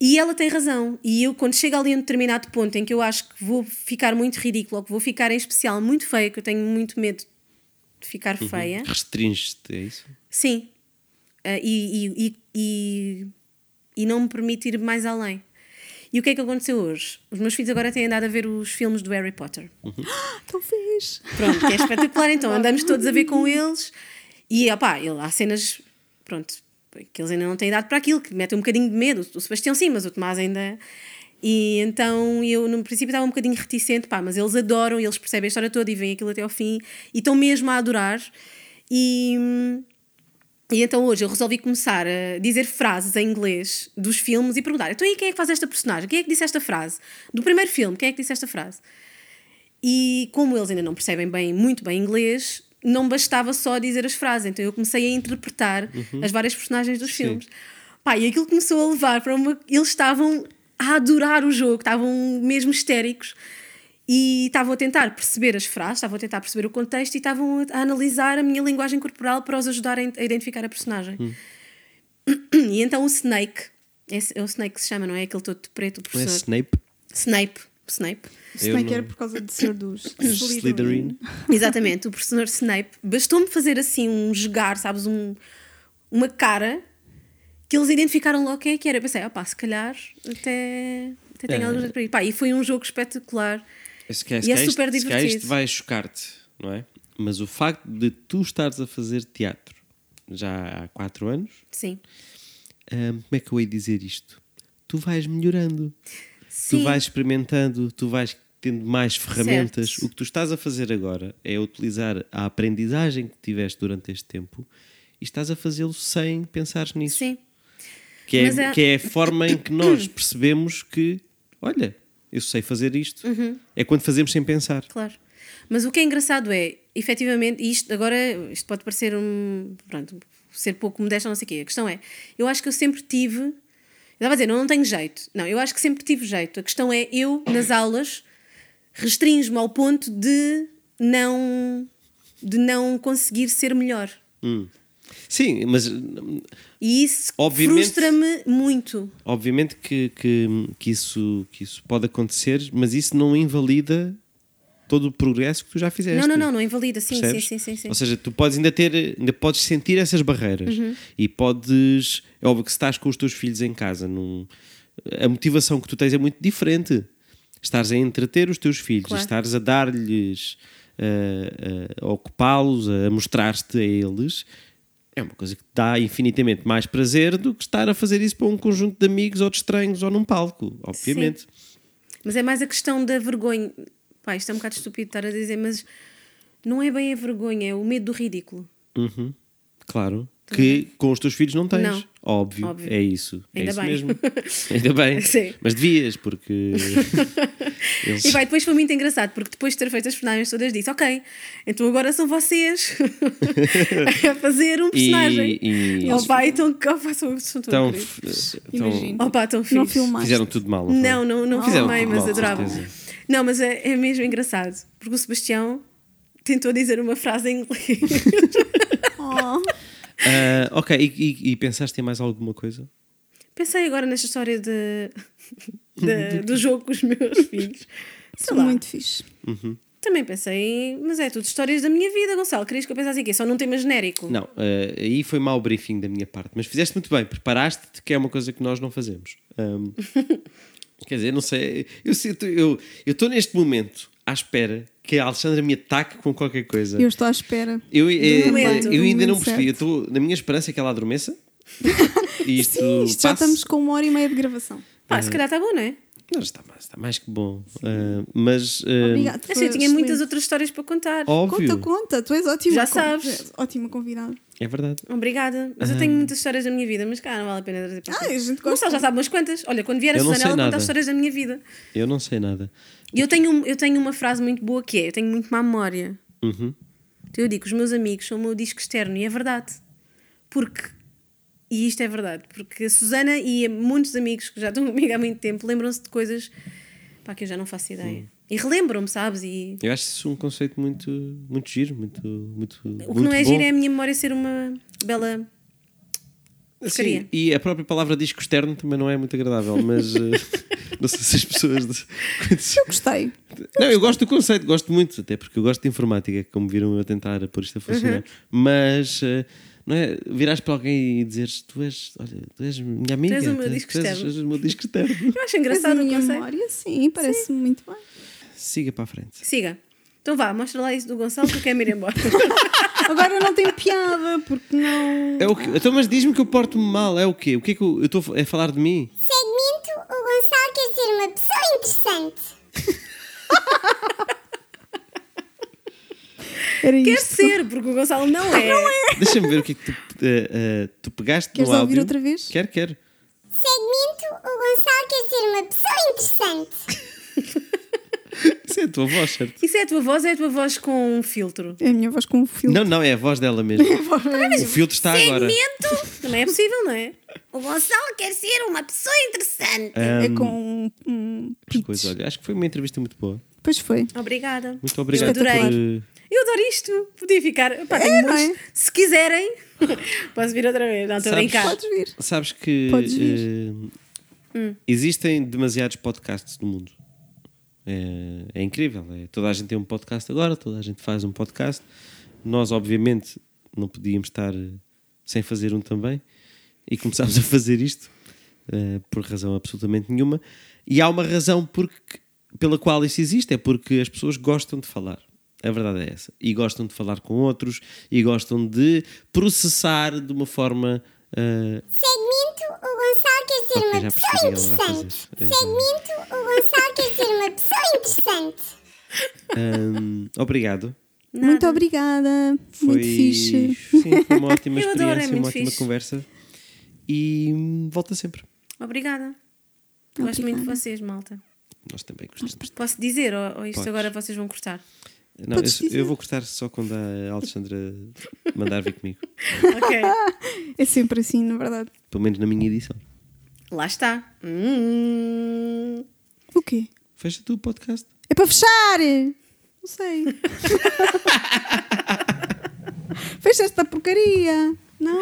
E ela tem razão. E eu, quando chego ali a um determinado ponto em que eu acho que vou ficar muito ridícula, ou que vou ficar em especial muito feia, que eu tenho muito medo de ficar feia,
Restringes-te, é isso?
sim. Ah, e, e, e, e, e não me permite ir mais além. E o que é que aconteceu hoje? Os meus filhos agora têm andado a ver os filmes do Harry Potter.
Ah, Talvez.
Pronto, que é espetacular. Então andamos todos a ver com eles e opá, ele, há cenas, pronto, que eles ainda não têm idade para aquilo, que metem um bocadinho de medo. O Sebastião sim, mas o Tomás ainda. E então eu, no princípio, estava um bocadinho reticente, pá, mas eles adoram, e eles percebem a história toda e veem aquilo até ao fim e estão mesmo a adorar. E, e então hoje eu resolvi começar a dizer frases em inglês dos filmes e perguntar: então aí quem é que faz esta personagem? Quem é que disse esta frase? Do primeiro filme, quem é que disse esta frase? E como eles ainda não percebem bem, muito bem inglês, não bastava só dizer as frases. Então eu comecei a interpretar as várias personagens dos filmes. Pá, e aquilo começou a levar para uma. Eles estavam a adorar o jogo, estavam mesmo histéricos. E estavam a tentar perceber as frases, estavam a tentar perceber o contexto e estavam a analisar a minha linguagem corporal para os ajudar a in- a identificar a personagem. E então o Snake, esse é o Snake que se chama, não é? Aquele todo de preto, o
Não é
professor.
Snape?
Snape. Snape.
Se bem
não-
que era por causa de ser dos
Slytherin.
Exatamente, o professor Snape bastou-me fazer assim um jogar, sabes, um, uma cara que eles identificaram logo quem é que era. Eu pensei, opá, se calhar até, até tenho
É.
alguma coisa para ir. Pá, e foi um jogo espetacular.
Se calhar-
E
se
é super
calhar isto- se calhar
divertido.
isto vai chocar-te, não é? Mas o facto de tu estares a fazer teatro já há 4 anos,
Sim.
hum, como é que eu hei de dizer isto? Tu vais melhorando,
Sim.
tu vais experimentando, tu vais tendo mais ferramentas.
Certo.
O que tu estás a fazer agora é utilizar a aprendizagem que tiveste durante este tempo e estás a fazê-lo sem pensar nisso.
Sim.
Que é,
Mas é-
que é a forma em que nós percebemos que, olha, eu sei fazer isto.
Uhum.
É quando fazemos sem pensar.
Claro. Mas o que é engraçado é, efetivamente, e isto agora, isto pode parecer um, pronto, ser pouco modesto, não sei o quê. A questão é, eu acho que eu sempre tive, eu estava a dizer, não, não tenho jeito. Não, eu acho que sempre tive jeito. A questão é, eu, nas aulas, restringo-me ao ponto de não, de não conseguir ser melhor.
Sim, mas hum,
E isso
Obviamente-
frustra-me muito.
obviamente que, que, que isso, que isso pode acontecer, mas isso não invalida todo o progresso que tu já fizeste.
Não, não, não, não invalida. Sim, sim,
Percebes?
sim, sim, sim.
Ou seja, tu podes ainda ter, ainda podes sentir essas barreiras
Uhum.
e podes. É óbvio que se estás com os teus filhos em casa, num- a motivação que tu tens é muito diferente. Estás a entreter os teus filhos,
Claro.
estás a dar-lhes, a- a, a ocupá-los, a mostrar-te a eles. É uma coisa que te dá infinitamente mais prazer do que estar a fazer isso para um conjunto de amigos ou de estranhos ou num palco, obviamente.
Mas é mais a questão da vergonha. Pá, isto é um bocado estúpido estar a dizer, mas não é bem a vergonha, é o medo do ridículo.
Uhum. Claro. Que com os teus filhos não tens.
é? Não.
Óbvio,
Óbvio.
É isso. é
Ainda
isso
bem.
mesmo. Ainda bem.
Sim.
Mas devias, porque. eles-
E vai, depois foi muito engraçado, porque depois de ter feito as personagens todas, disse: Ok, então agora são vocês a fazer um personagem.
e-
Oh, pá, então, oh, pá, são, são tão
Então,
queridos.
f- então
Imagino.
Oh, pá, tão
Não
fixe.
filmaste.
fizeram tudo mal. foi?
Não, não, não
Fizeram
filmei,
tudo
mas
mal, de
adorava.
certeza.
Não, mas é, é mesmo engraçado, porque o Sebastião tentou dizer uma frase em inglês.
Oh,
Ah, ok, e, e- e pensaste em mais alguma coisa?
Pensei agora nesta história de, de- do jogo com os meus filhos. Sei
são
lá.
é muito fixe.
Também pensei, mas é tudo histórias da minha vida, Gonçalo. Querias que eu pensasse aqui, é só num tema genérico.
Não, ah, aí foi mau briefing da minha parte, mas fizeste muito bem, preparaste-te, que é uma coisa que nós não fazemos. Ahm, quer dizer, não sei, eu sinto, eu eu estou neste momento à espera que a Alexandra me ataque com qualquer coisa.
Eu estou à espera.
Eu, eh,
momento,
eu
do
ainda não
momento
percebi. Eu tô- na minha esperança é que ela adormeça. E isto, Hum.
Sim, isto já
passe.
estamos com uma hora e meia de gravação.
Pá, se calhar está bom, não é?
Não, já está, mais, está mais que bom. Ah, mas. ah,
Obrigada.
Assim, eu
foi
tinha muitas
excelente.
outras histórias para contar.
Óbvio.
Conta, conta, tu és ótimo.
Já
con-
sabes.
és Ótima convidada.
É verdade.
Obrigada. Mas eu tenho muitas histórias da minha vida, mas cá não vale a pena trazer para
Ah,
cá.
a gente
Gonçalo
gosta.
já sabe umas quantas. Olha, quando vier a
Eu não
Susana,
sei
ela conta
nada.
as histórias da minha vida.
Eu não sei nada.
E eu tenho, um- eu tenho uma frase muito boa que é: eu tenho muito má memória.
Uhum.
Então eu digo que os meus amigos são o meu disco externo e é verdade. Porque, e isto é verdade, porque a Susana e muitos amigos que já estão comigo há muito tempo lembram-se de coisas pá, que eu já não faço ideia. E relembram-me, sabes? E
Eu acho isso um conceito muito, muito giro, muito. muito
o que não é
bom.
giro é a minha memória ser uma bela. porcaria.
Sim, e a própria palavra disco externo também não é muito agradável, mas ah, não sei se as pessoas. de-
Eu gostei.
Não, eu gosto do conceito, gosto muito, até porque eu gosto de informática, como viram eu tentar pôr isto a funcionar. Mas eh, não é, virares para alguém e dizeres: Tu és, olha, tu és minha amiga,
és o meu disco
tu és-
externo."
és o meu disco externo.
Eu acho
Mas a
engraçado o
minha
conceito.
memória, sim, parece-me muito bem.
Siga para a frente.
Siga. Então vá, mostra lá isso do Gonçalo que eu quero me ir embora.
Agora não tem piada, porque não.
É o quê? Então, mas diz-me que eu porto-me mal, é o quê? O que é que eu eu estou a f- a falar de mim?
Segmento: O Gonçalo quer ser uma pessoa interessante.
Era
Quer
isto.
ser, porque o Gonçalo não é. Não é.
Deixa-me ver o que é que tu, eh, eh, tu pegaste
Queres
no
ouvir
áudio.
outra vez?
Quero, quero.
Segmento: O Gonçalo quer ser uma pessoa interessante.
Isso é a tua voz, certo?
Isso é a tua voz, é a tua voz com um filtro.
É a minha voz com um filtro.
Não, não, é a voz dela mesmo. o filtro está agora.
Segmento! Também é possível, não é?
O Gonçalo quer ser uma pessoa interessante.
É com um. um
Mas coisa, olha, acho que foi uma entrevista muito boa.
Pois foi.
Obrigada.
Muito obrigado
Eu adorei.
por. eh,
Eu adoro isto. Podia ficar. Pá, tenho
não é?
muitos. Se quiserem, posso vir outra vez. Não, estou a
Sabes-
brincar.
Podes vir.
Sabes que
Podes
eh, existem demasiados podcasts no mundo. É, é incrível. é- toda a gente tem um podcast agora, toda a gente faz um podcast. Nós, obviamente, não podíamos estar eh, sem fazer um também e começámos a fazer isto eh, por razão absolutamente nenhuma. E há uma razão porque, pela qual isso existe, é porque as pessoas gostam de falar. A verdade é essa. E gostam de falar com outros e gostam de processar de uma forma eh,
Segmento: O Gonçalo quer ser
Ok,
uma
já
pessoa
percebi, ela vai fazer
interessante.
isso.
Segmento: O Gonçalo quer ser uma pessoa interessante.
Ahm, Hum, obrigado.
Muito obrigada.
Foi,
Muito fixe.
Sim, foi uma ótima
Eu adoro, é
experiência,
muito
uma ótima
fixe.
conversa. E hum, volta sempre.
Obrigada. Gosto muito de vocês, malta.
Nós também gostamos.
Posso dizer, ou, ou isto
Podes.
agora vocês vão cortar?
Não,
Podes
eu,
dizer.
eu vou cortar só quando a Alexandra mandar vir comigo.
Ok.
É sempre assim, na verdade.
Pelo menos na minha edição.
Lá está. Hum.
O quê?
Fecha tu o podcast.
É para fechar! Não sei. Fecha esta porcaria. Não?